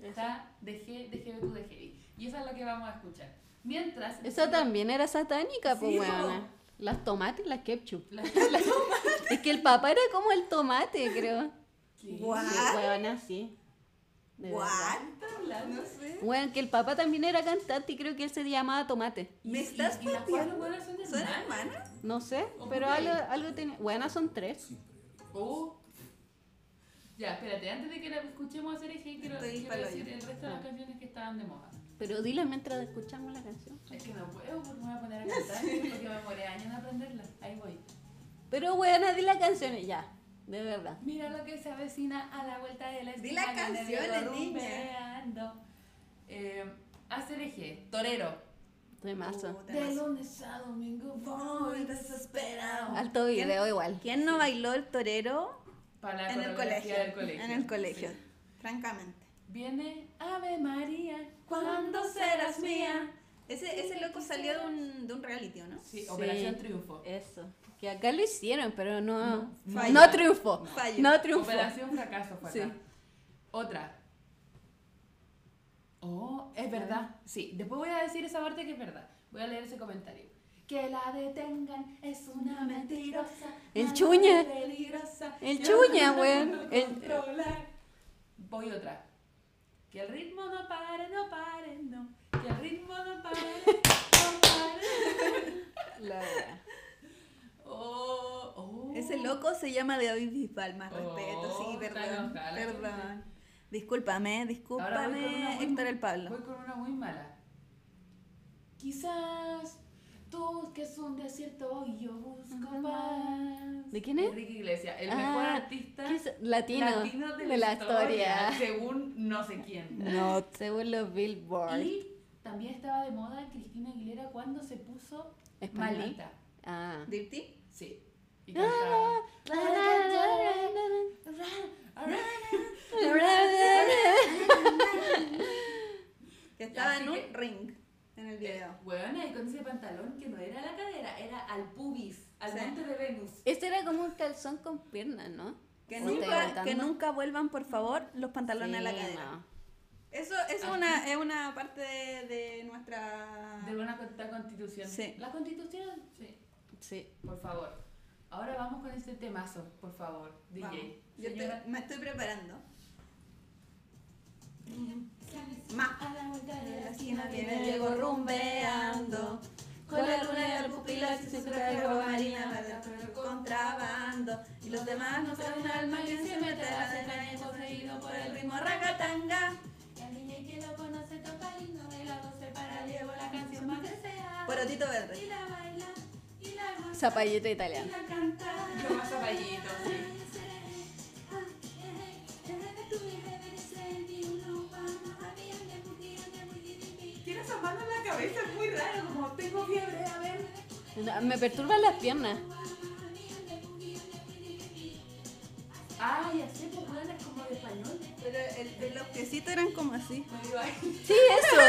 Speaker 2: Está de G, de GB, de Heavy. Y esa es la que vamos a escuchar. Mientras.
Speaker 1: Esa también era satánica, pues
Speaker 2: Sí,
Speaker 1: weona.
Speaker 2: po.
Speaker 1: Las tomates, las ketchup.
Speaker 2: Las-
Speaker 1: Es que el papá era como el tomate, creo.
Speaker 2: ¿Qué?
Speaker 3: What?
Speaker 1: Sí, huevona, sí. De verdad.
Speaker 3: ¿What?
Speaker 2: ¿Estás hablando?
Speaker 3: No sé.
Speaker 1: Bueno, que el papá también era cantante y creo que él se llamaba Tomate.
Speaker 2: ¿Y-
Speaker 3: ¿Me
Speaker 2: y-
Speaker 3: estás
Speaker 2: y las cuatro
Speaker 3: mintiendo?
Speaker 2: buenas son de
Speaker 3: ¿Son
Speaker 2: hermanas?
Speaker 3: hermanas?
Speaker 1: No sé, pero
Speaker 2: Ok.
Speaker 1: algo, algo tenía. Bueno, son tres.
Speaker 2: Oh. Ya, espérate, antes de que la escuchemos hacer eje, quiero,
Speaker 3: Estoy
Speaker 2: quiero
Speaker 3: pa'l
Speaker 2: decir
Speaker 3: hoyo.
Speaker 2: el resto de las canciones que estaban de moda.
Speaker 1: Pero dile mientras escuchamos la canción.
Speaker 2: Es que no puedo, porque me voy a poner a cantar, porque me moré años en aprenderla. Ahí voy.
Speaker 1: Pero bueno, di las canciones ya, de verdad.
Speaker 2: Mira lo que se avecina a la vuelta de la
Speaker 3: Di
Speaker 2: esquina.
Speaker 3: las
Speaker 2: viene
Speaker 3: canciones,
Speaker 2: Diego
Speaker 3: niña.
Speaker 2: rumbeando. Eh, hacer eje, torero.
Speaker 1: Temazo.
Speaker 3: Puta,
Speaker 2: De
Speaker 3: no sé.
Speaker 2: lunes a domingo voy
Speaker 3: Voy
Speaker 2: desesperado.
Speaker 3: desesperado.
Speaker 1: Alto
Speaker 3: ¿Quién-
Speaker 1: video igual.
Speaker 3: ¿Quién no bailó el torero
Speaker 2: Para la
Speaker 3: en el colegio?
Speaker 2: coreografía del colegio.
Speaker 3: En el colegio,
Speaker 2: Sí.
Speaker 3: francamente.
Speaker 2: Viene Ave María,
Speaker 3: ¿Cuándo
Speaker 2: ¿cuándo serás mía?
Speaker 3: Ese, ese loco salió de un, de un reality, ¿o ¿no?
Speaker 2: Sí,
Speaker 1: Sí.
Speaker 2: Operación Triunfo.
Speaker 1: Eso. Que acá lo hicieron, pero no.
Speaker 3: Fallo.
Speaker 1: No triunfó.
Speaker 3: Fallo.
Speaker 1: No triunfó.
Speaker 2: Operación Fracaso fue acá.
Speaker 1: Sí.
Speaker 2: Otra. Oh, es verdad. Sí, después voy a decir esa parte que es verdad. Voy a leer ese comentario. Que la detengan es una mentirosa.
Speaker 1: El
Speaker 2: mala y
Speaker 1: Chuña.
Speaker 2: peligrosa,
Speaker 1: El
Speaker 2: yo no
Speaker 1: Chuña,
Speaker 2: la
Speaker 1: weón.
Speaker 2: puedo
Speaker 1: El-
Speaker 2: controlar. Voy otra. Que el ritmo no pare, no pare, no. Que el ritmo no pare, no pare.
Speaker 1: La wea.
Speaker 2: Oh, oh.
Speaker 3: Ese loco se llama David Bisbal, más respeto,
Speaker 2: Oh,
Speaker 3: sí,
Speaker 2: está
Speaker 3: perdón,
Speaker 2: enojada la
Speaker 3: perdón. Discúlpame,
Speaker 2: Ahora voy con una
Speaker 3: discúlpame,
Speaker 2: muy-
Speaker 3: Héctor el Pablo.
Speaker 2: Voy con una muy mala. Quizás tú que es un desierto y yo busco más.
Speaker 1: ¿De quién es?
Speaker 2: Enrique Iglesias, el
Speaker 1: Ah,
Speaker 2: mejor artista
Speaker 1: ¿Qué es? Latino.
Speaker 2: latino de, la historia, según no sé quién.
Speaker 1: No, según los Billboard.
Speaker 2: Y también estaba de moda Cristina Aguilera cuando se puso
Speaker 1: Español.
Speaker 2: malita.
Speaker 1: Ah.
Speaker 3: ¿Dirty?
Speaker 2: Sí. Y cantaba.
Speaker 3: Que estaba
Speaker 2: Así
Speaker 3: en un
Speaker 2: que-
Speaker 3: ring en el video.
Speaker 2: Huevona, Eh, y con ese pantalón que no era la cadera, era al pubis, al
Speaker 3: Sí.
Speaker 2: monte de Venus.
Speaker 1: Este era como un calzón con piernas, ¿no?
Speaker 3: Que
Speaker 1: ¿O estoy
Speaker 3: nunca,
Speaker 1: inventando?
Speaker 3: que nunca vuelvan, por favor, los pantalones a la
Speaker 1: Sí,
Speaker 3: cadera.
Speaker 1: no.
Speaker 3: Eso, eso es, una, es una parte de, de nuestra...
Speaker 2: De una con- la constitución.
Speaker 3: Ah. Sí.
Speaker 2: La constitución, sí.
Speaker 1: Sí.
Speaker 2: Por favor. Ahora vamos con este temazo, por favor, DJ.
Speaker 3: Vamos, yo te-
Speaker 2: Señora-
Speaker 3: me estoy preparando. Ma.
Speaker 2: A la vuelta
Speaker 3: De la esquina viene Diego rumbeando Con la luna y el pupila y su trago marina para el contrabando Y los demás no son un alma que se mete a la cena y poseído por el ritmo ragatanga
Speaker 2: Y al DJ que lo conoce toca el himno de la 12 para Diego la canción más deseada.
Speaker 3: Porotito
Speaker 2: Y
Speaker 3: verde
Speaker 2: la baila, y la goza,
Speaker 1: Zapallito
Speaker 2: y
Speaker 1: italiano.
Speaker 2: la canta. Yo más zapallito, sí. Tiene esas manos en la cabeza, es muy raro, como tengo fiebre, a ver.
Speaker 1: No, me perturban las piernas.
Speaker 2: Ah, ya sé, pues bueno, es como de español.
Speaker 3: Pero el de los quesitos eran como así
Speaker 2: Me iba a-
Speaker 1: Sí, eso.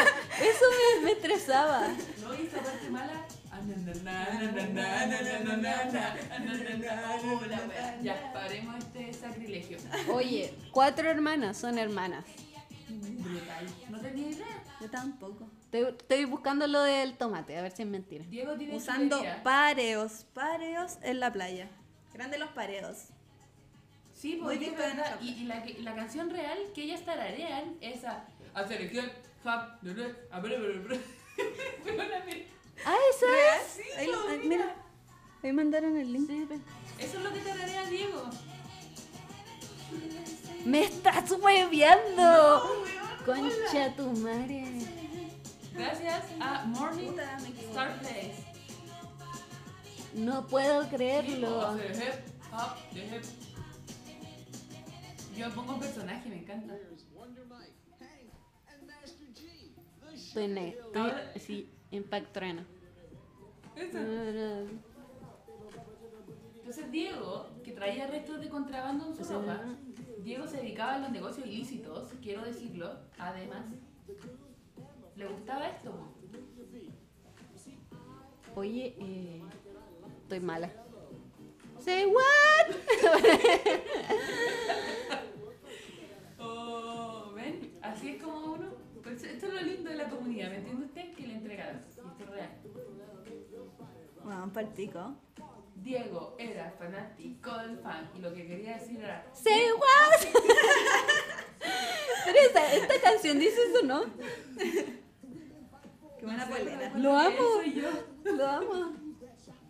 Speaker 1: Eso me, me estresaba.
Speaker 2: No, y esa parte mala. Ah, na, na, na, na, na, na, na, na, na, na, ah, na, na, na, oh, la wea. Ya, paremos este sacrilegio.
Speaker 1: Oye, cuatro hermanas son hermanas.
Speaker 2: Brutal. No tenía idea.
Speaker 3: Yo tampoco
Speaker 1: Estoy, estoy buscando lo del tomate, a ver si es mentira.
Speaker 2: Diego tiene
Speaker 3: Usando
Speaker 2: chulería.
Speaker 3: pareos, pareos en la playa Grande los pareos
Speaker 2: Sí, porque
Speaker 3: Muy
Speaker 2: es
Speaker 3: rico de
Speaker 2: verdad.
Speaker 3: nuestra
Speaker 2: Y, y la, que- la canción real que ellas tararean es a. A selección, jap, de re, a ver, a ver, a ver. Perdóname.
Speaker 1: Ah, eso
Speaker 3: ¿Real?
Speaker 1: es.
Speaker 3: Ahí lo- ahí- mira, ahí mandaron el link
Speaker 2: Eso es lo que tararea Diego.
Speaker 1: Me estás hueveando. Concha tu madre.
Speaker 2: Gracias a Morning
Speaker 3: Puta, me equivoqué.
Speaker 2: Star Place.
Speaker 1: No puedo
Speaker 2: O
Speaker 1: creerlo.
Speaker 2: sea, hip hop, de hip. Yo pongo un personaje, me encanta.
Speaker 1: Estoy negra. Estoy, sí, impactruena.
Speaker 2: Entonces Diego, que traía restos de contrabando en su ropa, Diego se dedicaba a los negocios ilícitos, quiero decirlo, además. Le gustaba esto. po.
Speaker 1: Oye, eh, estoy mala. Say what?
Speaker 2: Oh, ven, así es como uno. Por eso, esto es lo lindo de la comunidad, ¿me entiende usted? Que le entregaron. Y esto es real.
Speaker 3: Bueno, palpico.
Speaker 2: Diego era fanático del fan y lo que quería decir era.
Speaker 1: ¡Say what? Pero esta, esta canción dice eso, ¿no?
Speaker 3: Qué buena polera.
Speaker 1: Lo amo.
Speaker 2: Soy yo.
Speaker 1: Lo amo.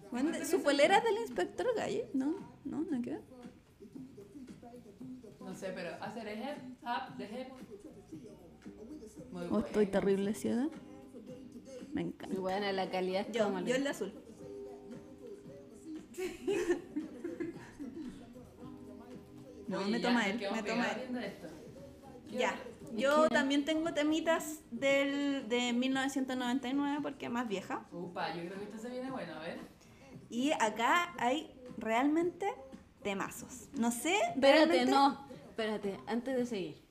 Speaker 3: Bueno, ¿Su polera es del inspector Galle? No, no, no queda.
Speaker 2: No sé, pero hacer el hip, tap, the hip. Muy
Speaker 3: ¿O
Speaker 2: bueno.
Speaker 3: Oh, estoy terrible ciega? Me encanta.
Speaker 1: Bueno, la calidad es
Speaker 3: Yo,
Speaker 1: como
Speaker 3: yo
Speaker 1: la-
Speaker 3: el de azul. No,
Speaker 2: Oye,
Speaker 3: me
Speaker 2: ya,
Speaker 3: toma
Speaker 2: nos
Speaker 3: él,
Speaker 2: quedamos
Speaker 3: me toma
Speaker 2: pegados
Speaker 3: él.
Speaker 2: viendo esto. ¿Qué
Speaker 3: Ya.
Speaker 2: otro?
Speaker 3: Yo también tengo temitas del, de 1999 porque es más vieja.
Speaker 2: Upa, yo creo que esto se viene bueno, a ver.
Speaker 3: Y acá hay realmente temazos. No sé.
Speaker 1: Espérate,
Speaker 3: realmente-
Speaker 1: no. Espérate, antes de seguir.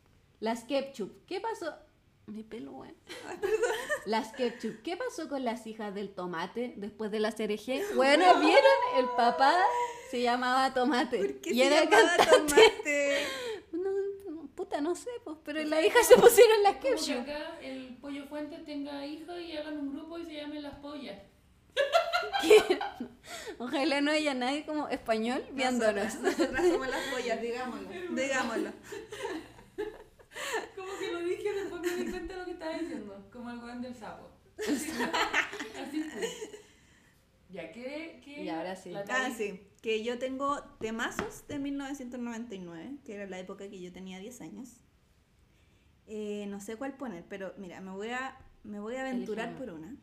Speaker 1: Las ketchup. ¿Qué pasó? Mi pelo, weón. Las ketchup. ¿Qué pasó con las hijas del tomate después de la cereje? Bueno, ¿vieron? El papá se llamaba Tomate.
Speaker 3: ¿Por qué
Speaker 1: y
Speaker 3: se
Speaker 1: era el
Speaker 3: llamaba
Speaker 1: cantante.
Speaker 3: tomate?
Speaker 1: No, no, puta, no sé, pues, pero las hijas se pusieron las
Speaker 5: Como que
Speaker 1: ketchup.
Speaker 5: acá el pollo fuente tenga hijos y hagan un grupo y se llamen las pollas.
Speaker 1: Ojalá no haya nadie como español viéndonos.
Speaker 3: Nosotras, nosotras somos las pollas, digámoslo. Digámoslo.
Speaker 5: Como que lo dije después me di cuenta de lo que estaba diciendo. Como el weón del sapo. Así fue.
Speaker 2: Ya que. que
Speaker 1: Y ahora sí.
Speaker 2: la
Speaker 3: Ah,
Speaker 2: Thalys-
Speaker 3: sí. Que yo tengo temazos de 1999, que era la época que yo tenía 10 años. Eh, no sé cuál poner, pero mira, me voy a, me voy a aventurar
Speaker 1: Elige
Speaker 3: por una.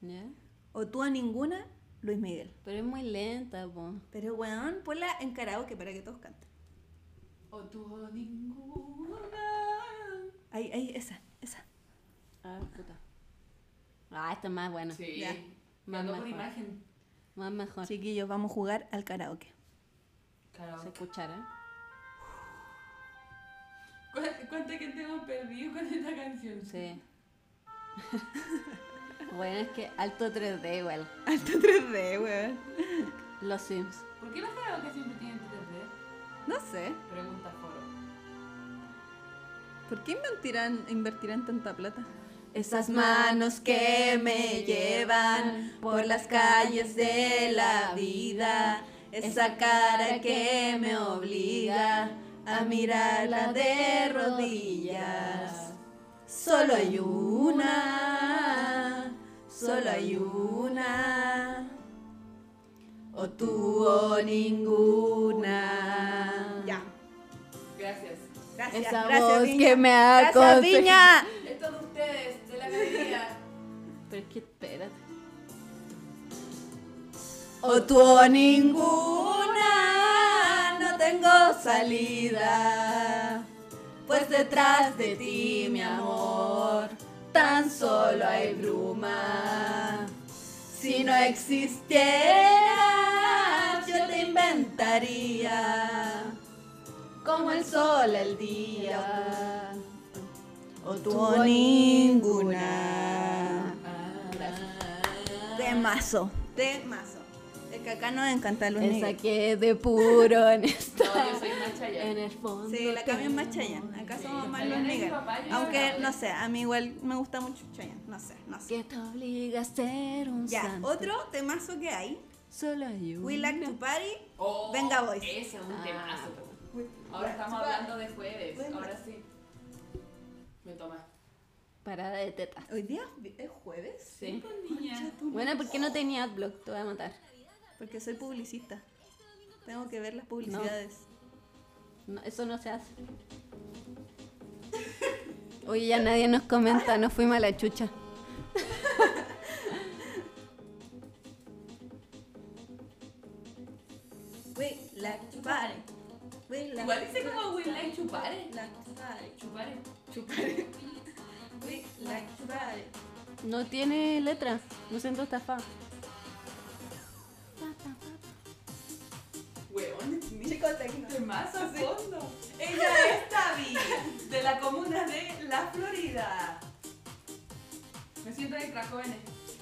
Speaker 1: Ya.
Speaker 3: O tú a ninguna, Luis Miguel.
Speaker 1: Pero es muy lenta, po.
Speaker 3: Pero weón, ponla en karaoke para que todos canten.
Speaker 2: O tú o ninguna.
Speaker 3: Ahí, ahí, esa, esa.
Speaker 1: Ah, puta. Ah, esta es más buena.
Speaker 2: Sí.
Speaker 3: Ya.
Speaker 2: Mandó por
Speaker 1: Mejor.
Speaker 2: imagen.
Speaker 1: Más mejor.
Speaker 3: Chiquillos, vamos a jugar al karaoke.
Speaker 2: Claro.
Speaker 1: Se escuchará.
Speaker 5: ¿Cu- ¿Cuánta gente hemos perdido con esta canción?
Speaker 1: Sí. bueno, es que alto 3D igual.
Speaker 3: Alto 3D, weón.
Speaker 1: Los Sims.
Speaker 2: ¿Por qué los que siempre tienen 3D?
Speaker 3: No sé.
Speaker 2: Pregunta Foro.
Speaker 3: ¿Por qué invertirán, invertirán tanta plata?
Speaker 1: Esas manos que me llevan por las calles de la vida, esa cara que me obliga a mirarla de rodillas.
Speaker 3: Solo hay una, solo hay una. O tú o ninguna. Ya.
Speaker 2: Gracias.
Speaker 3: Gracias,
Speaker 1: Esa
Speaker 3: gracias,
Speaker 1: voz
Speaker 3: Viña.
Speaker 1: que me ha
Speaker 3: Gracias,
Speaker 1: conse-
Speaker 3: Viña.
Speaker 6: Es todo ustedes, de la galería.
Speaker 1: Pero es que espérate.
Speaker 3: O tú o ninguna, no tengo salida. Pues detrás de ti, mi amor, tan solo hay bruma. Si no existieras, yo te inventaría como el sol el día. O tú o ninguna. Temazo. Temazo. Es que acá nos encanta Luis
Speaker 1: Esa
Speaker 3: Miguel.
Speaker 1: que es de puro honesto.
Speaker 2: No, yo soy más Chayanne.
Speaker 1: En el fondo.
Speaker 3: Sí, la cambio es más
Speaker 1: tengo-
Speaker 3: Chayanne. Acá
Speaker 2: Sí,
Speaker 3: somos más Luis
Speaker 2: Chayanne es mi
Speaker 3: Miguel.
Speaker 2: papá, yo
Speaker 3: Aunque,
Speaker 2: era-
Speaker 3: no sé, a mí igual me gusta mucho Chayanne. No sé, no sé.
Speaker 1: Que te obliga a ser un
Speaker 3: Ya,
Speaker 1: santo.
Speaker 3: otro temazo que hay.
Speaker 1: Solo hay uno.
Speaker 3: We like to party.
Speaker 2: Oh,
Speaker 3: Venga, boys.
Speaker 2: Ese es un
Speaker 1: Ah.
Speaker 2: temazo. Ahora estamos hablando de jueves. Ahora sí. Me toma.
Speaker 1: Parada de tetas.
Speaker 3: Hoy día es jueves.
Speaker 1: Sí.
Speaker 5: Niña.
Speaker 1: Bueno, ¿por qué no tenía adblock? Te voy a matar.
Speaker 3: Porque soy publicista. Tengo que ver las publicidades.
Speaker 1: No, eso no se hace. Oye, ya nadie nos comenta, nos fuimos a la chucha.
Speaker 3: We like to party. We like
Speaker 2: Igual dice como we like chupare.
Speaker 3: like to party.
Speaker 2: Chupare.
Speaker 3: We like to party.
Speaker 1: No tiene letra, no siento estafado.
Speaker 2: Huevón.
Speaker 3: Chicos, tecno.
Speaker 2: Temazo a fondo.
Speaker 3: Ella es Tavi.
Speaker 2: De la comuna de La Florida. Me siento de jóvenes.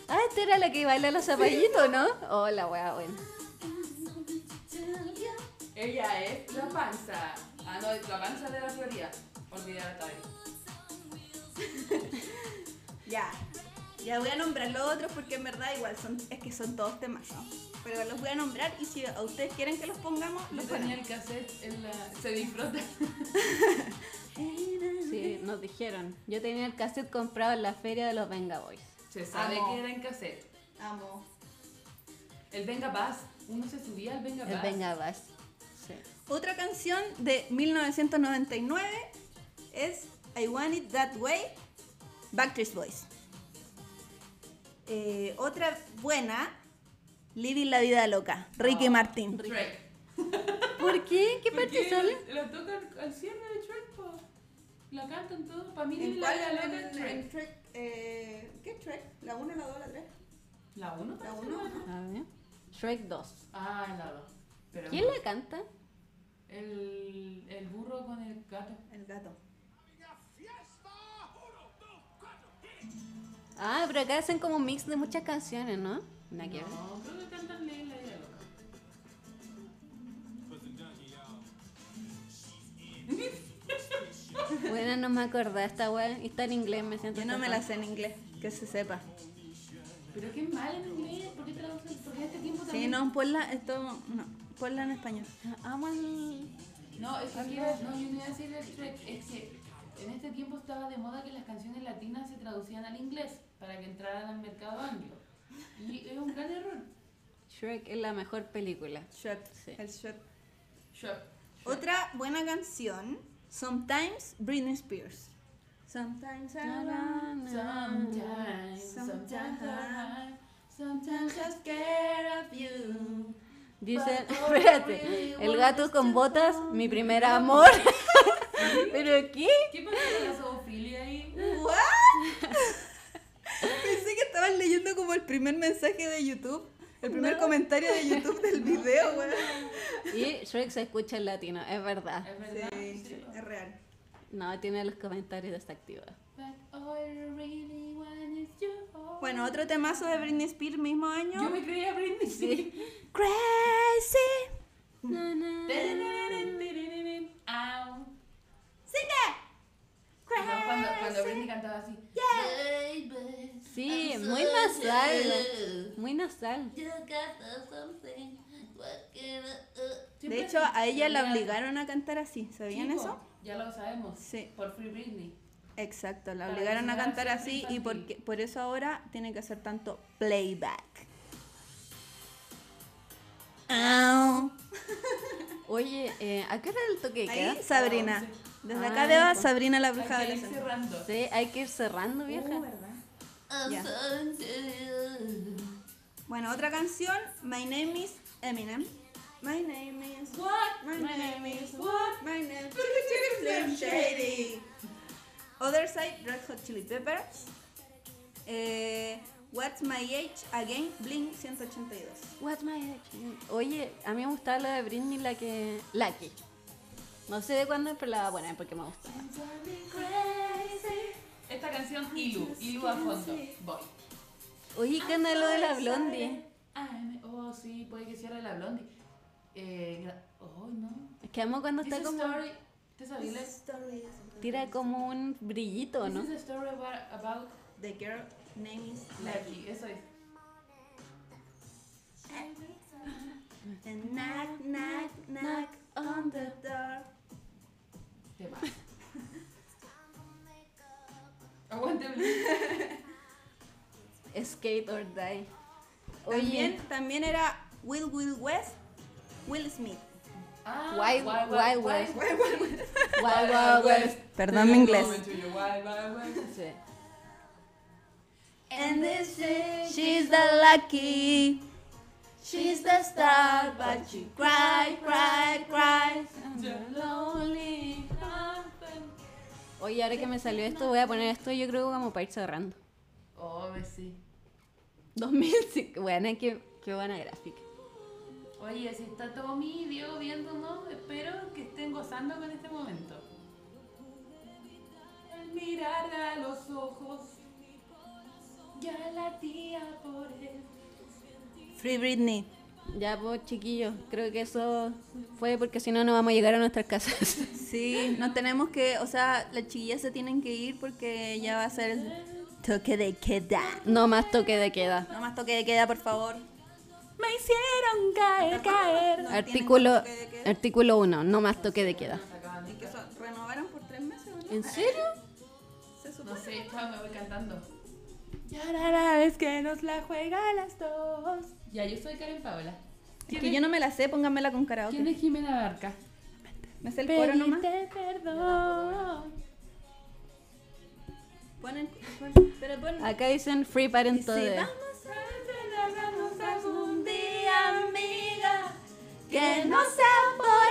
Speaker 1: Ah, esta era la que baila los zapallitos, ¿no? Oh, la wea, bueno.
Speaker 2: Ella es La Panza. Ah, no, es La Panza de La Florida. Olvidé la tarde.
Speaker 3: Ya. Ya voy a nombrar los otros porque en verdad igual son, es que son todos temas, Pero los voy a nombrar y si a ustedes quieren que los pongamos,
Speaker 2: Yo
Speaker 3: los
Speaker 2: tenía
Speaker 3: ponemos.
Speaker 2: el cassette en la. Se disfruta.
Speaker 1: Sí, nos dijeron. Yo tenía el cassette comprado en la feria de los Venga Boys.
Speaker 2: Se sabe
Speaker 3: Amo.
Speaker 2: que Ah, era en cassette.
Speaker 3: Amo.
Speaker 2: El Venga Paz. Uno se subía al Venga
Speaker 1: El
Speaker 2: Paz.
Speaker 1: Venga Boys. Sí.
Speaker 3: Otra canción de 1999 es I Want It That Way, Backstreet Boys. Eh, otra buena, Living la Vida Loca, Oh, Ricky Martin.
Speaker 2: Shrek.
Speaker 1: ¿Por qué? ¿Qué
Speaker 5: ¿Por
Speaker 1: parte sale?
Speaker 5: La tocan al cierre de Shrek, po. La cantan todos. Para mí,
Speaker 3: ¿En
Speaker 5: ni
Speaker 3: cuál?
Speaker 5: la la
Speaker 3: ¿En-
Speaker 5: loca es
Speaker 3: en- en
Speaker 5: Shrek.
Speaker 3: Trek? Eh, ¿Qué Trek? ¿La 1, la 2, la 3?
Speaker 2: ¿La 1?
Speaker 3: ¿La 1?
Speaker 1: A ver. Shrek 2.
Speaker 2: Ah, la 2. Pero
Speaker 1: ¿Quién la canta?
Speaker 2: El, el burro con el gato.
Speaker 3: El gato.
Speaker 1: Ah, pero acá hacen como un mix de muchas canciones, ¿no? Nada que ver.
Speaker 2: No, creo que cantan Ley la idea loca.
Speaker 1: Bueno, no me acordaba esta weá. Está en inglés, me siento.
Speaker 3: Yo no me
Speaker 1: estafada.
Speaker 3: la sé en inglés, que se sepa.
Speaker 2: Pero qué mal en inglés. ¿Por qué traducen? ¿Por qué este tiempo
Speaker 3: Sí,
Speaker 2: también?
Speaker 3: no, ponla, esto, no, ponla en español.
Speaker 1: Amo el-
Speaker 2: No, es que quiero- no, yo no iba a decir el Shrek, es que en este tiempo estaba de moda que las canciones latinas se traducían al inglés para que entraran al mercado anglo. Y es un gran error.
Speaker 1: Shrek es la mejor película.
Speaker 3: Shrek,
Speaker 1: Sí.
Speaker 3: el Shrek.
Speaker 2: Shrek.
Speaker 3: Otra buena canción, Sometimes Britney Spears. Sometimes I run,
Speaker 2: Sometimes, sometimes, I- sometimes I scared of you.
Speaker 1: Dice,
Speaker 2: But all I really
Speaker 1: espérate, el
Speaker 2: want
Speaker 1: gato
Speaker 2: is
Speaker 1: con
Speaker 2: to
Speaker 1: botas,
Speaker 2: hold
Speaker 1: mi
Speaker 2: you.
Speaker 1: primer amor. ¿Pero qué?
Speaker 2: ¿Qué pasa con la zoofilia ahí?
Speaker 3: ¿What? Pensé que estaban leyendo como el primer mensaje de YouTube, el primer comentario de YouTube del video, weón.
Speaker 1: Y Shrek se escucha en latino, es verdad.
Speaker 2: Es verdad.
Speaker 3: Sí, es real.
Speaker 1: No, tiene los comentarios desactivados.
Speaker 2: But all I really want is you.
Speaker 3: Bueno, otro temazo de Britney Spears mismo año.
Speaker 2: Yo me creía Britney. Sí.
Speaker 3: Crazy.
Speaker 1: Na, na,
Speaker 2: Au.
Speaker 3: Sigue. Crazy.
Speaker 2: No, cuando, cuando Britney cantaba así.
Speaker 6: Baby,
Speaker 1: Sí,
Speaker 6: I'm
Speaker 1: muy
Speaker 6: so
Speaker 1: nasal.
Speaker 6: blue.
Speaker 1: Muy nasal.
Speaker 6: You got something, what can I- uh,
Speaker 3: De
Speaker 2: Siempre
Speaker 3: hecho, a ella la
Speaker 2: tenía-
Speaker 3: obligaron a cantar así, ¿sabían
Speaker 2: Sí,
Speaker 3: eso?
Speaker 2: po, Ya lo sabemos.
Speaker 3: Sí.
Speaker 2: Por Free Britney.
Speaker 3: Exacto, la
Speaker 2: Para
Speaker 3: obligaron a
Speaker 2: enseñar
Speaker 3: cantar
Speaker 2: siempre
Speaker 3: así y
Speaker 2: infantil.
Speaker 3: porque, por eso ahora tiene que hacer tanto playback. Au.
Speaker 1: Oye, eh, ¿a qué hora es el toque de queda?
Speaker 3: Ahí, Sabrina. Desde acá
Speaker 1: Ah,
Speaker 3: veo a
Speaker 1: pues.
Speaker 3: Sabrina la bruja
Speaker 2: Hay que ir
Speaker 3: adolescente.
Speaker 2: cerrando.
Speaker 1: Sí, hay que ir cerrando, vieja.
Speaker 6: I'm
Speaker 3: Ya.
Speaker 6: so blue.
Speaker 3: Bueno, otra canción, My Name is Eminem. My name is
Speaker 2: What?
Speaker 3: My name is
Speaker 2: What?
Speaker 3: My name is Slim Shady. Other side, Red Hot Chili Peppers. Eh, What's My Age Again, Blink 182.
Speaker 1: What's my age? Oye, a mí me gustaba la de Britney, la que... Lucky. No sé de cuándo, pero la voy a poner porque me gusta.
Speaker 2: Esta canción, Ilu. Ilu a fondo. Voy.
Speaker 1: Oye, ¿qué onda lo de la blondie?
Speaker 2: I'm- Oh, sí, puede que cierre la blondie. Eh, gra- oh, no.
Speaker 1: Es que amo cuando
Speaker 2: This
Speaker 1: está
Speaker 2: is
Speaker 1: como...
Speaker 2: story. ¿Te sabías? This
Speaker 1: Tira como un brillito, ¿no?
Speaker 2: is a story about, about
Speaker 3: The girl name is Lucky.
Speaker 2: Lucky. Eso es.
Speaker 3: And knock, knock, knock on the door.
Speaker 2: Te vas. Aguante, Blondie.
Speaker 1: Skate or die. Oye,
Speaker 3: También, también era Will Will West, Will Smith.
Speaker 2: Ah,
Speaker 1: Wild- Wild West.
Speaker 2: Wild Wild West.
Speaker 3: Perdón mi inglés.
Speaker 1: Sí.
Speaker 3: And this is, she's the lucky, she's the star, but she cry, cry, cry.
Speaker 1: Oye, ahora que me salió esto, voy a poner esto yo creo como para ir cerrando.
Speaker 2: Oh, sí.
Speaker 1: 2005. Bueno, qué, qué buena gráfica.
Speaker 2: Oye, si está Tommy y Diego viéndonos, espero que estén gozando con este momento. Al mirar a los ojos, ya latía por él.
Speaker 3: Free Britney.
Speaker 1: Ya, pues chiquillos, creo que eso fue porque si no, no vamos a llegar a nuestras casas.
Speaker 3: Sí, no tenemos que, o sea, las chiquillas se tienen que ir porque ya va a ser el toque de queda.
Speaker 1: No más toque de queda.
Speaker 3: No más toque de queda, por favor.
Speaker 1: Me hicieron caer, caer.
Speaker 3: No
Speaker 1: artículo,
Speaker 3: tienen toque de queda.
Speaker 1: artículo 1, no más toque de queda.
Speaker 3: Y que eso, renovaron por tres meses, ¿o ¿no?
Speaker 1: ¿En serio?
Speaker 3: Se supone.
Speaker 2: No sé, chao, me voy cantando.
Speaker 5: Y ahora la vez que nos la juega las dos.
Speaker 2: Ya, yo soy Karen Paola.
Speaker 3: Es que yo no me la sé, pónganmela con
Speaker 5: ¿Quién
Speaker 3: karaoke.
Speaker 5: es Jimena Barca?
Speaker 3: ¿Me sé el coro nomás?
Speaker 5: perdón.
Speaker 3: Ponen, pon, pero pon.
Speaker 1: Acá dicen free parent
Speaker 3: Dice,
Speaker 1: today.
Speaker 3: vamos a enamorarnos algún día, amiga, que no sea
Speaker 2: La
Speaker 3: por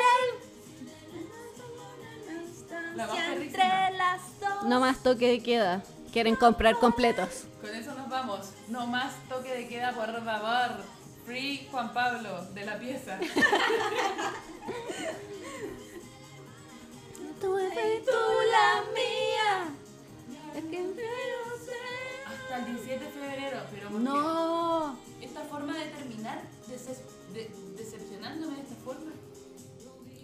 Speaker 2: baja
Speaker 3: el.
Speaker 2: ritmo.
Speaker 3: Entre las dos.
Speaker 1: No más toque de queda. Quieren comprar completos.
Speaker 2: Con eso nos vamos. No más toque de queda, por favor. Free Juan Pablo, de la pieza.
Speaker 3: Y tú la mía.
Speaker 2: Hasta el 17 de febrero, pero ¿por
Speaker 1: No.
Speaker 2: qué? Esta forma de terminar, deces- de- decepcionándome de esta forma.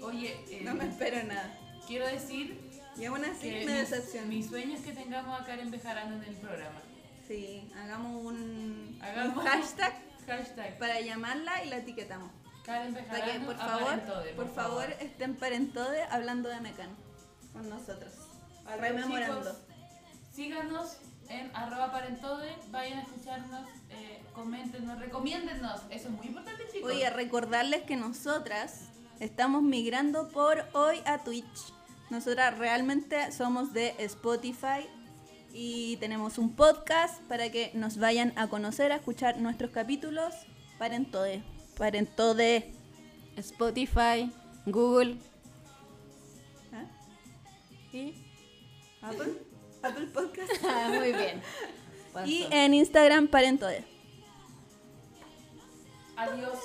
Speaker 2: Oye, eh,
Speaker 3: No me espero nada.
Speaker 2: quiero decir
Speaker 3: Y aún así
Speaker 2: que
Speaker 3: me
Speaker 2: mi-
Speaker 3: decepcioné.
Speaker 2: mi sueño es que tengamos a Karen Bejarano en el programa.
Speaker 3: Sí, hagamos un,
Speaker 2: Hagamos-
Speaker 3: un hashtag
Speaker 2: Hashtag
Speaker 3: para llamarla y la etiquetamos.
Speaker 2: Karen
Speaker 3: Para que,
Speaker 2: Bejarano
Speaker 3: por
Speaker 2: aparentode,
Speaker 3: favor, por favor, estén parentode hablando de Mecano con nosotros.
Speaker 2: Algo,
Speaker 3: Rememorando.
Speaker 2: chicos, Síganos en arroba parentode, vayan a escucharnos, eh, coméntenos, recomiéndennos. Eso es muy importante, chicos.
Speaker 3: Voy a recordarles que nosotras estamos migrando por hoy a Twitch. Nosotras realmente somos de Spotify y tenemos un podcast para que nos vayan a conocer, a escuchar nuestros capítulos. Paren todo, paren todo.
Speaker 1: Spotify, Google.
Speaker 3: ¿Ah?
Speaker 1: ¿Y?
Speaker 3: Apple, Apple Podcast.
Speaker 1: Ah, muy bien.
Speaker 3: Y
Speaker 1: Pasó.
Speaker 3: en Instagram, paren todo.
Speaker 2: Adiós.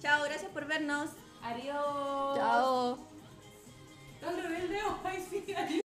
Speaker 3: Chao, gracias por vernos.
Speaker 2: Adiós.
Speaker 1: Chao.
Speaker 2: Los rebeldes, ay, sí, adiós.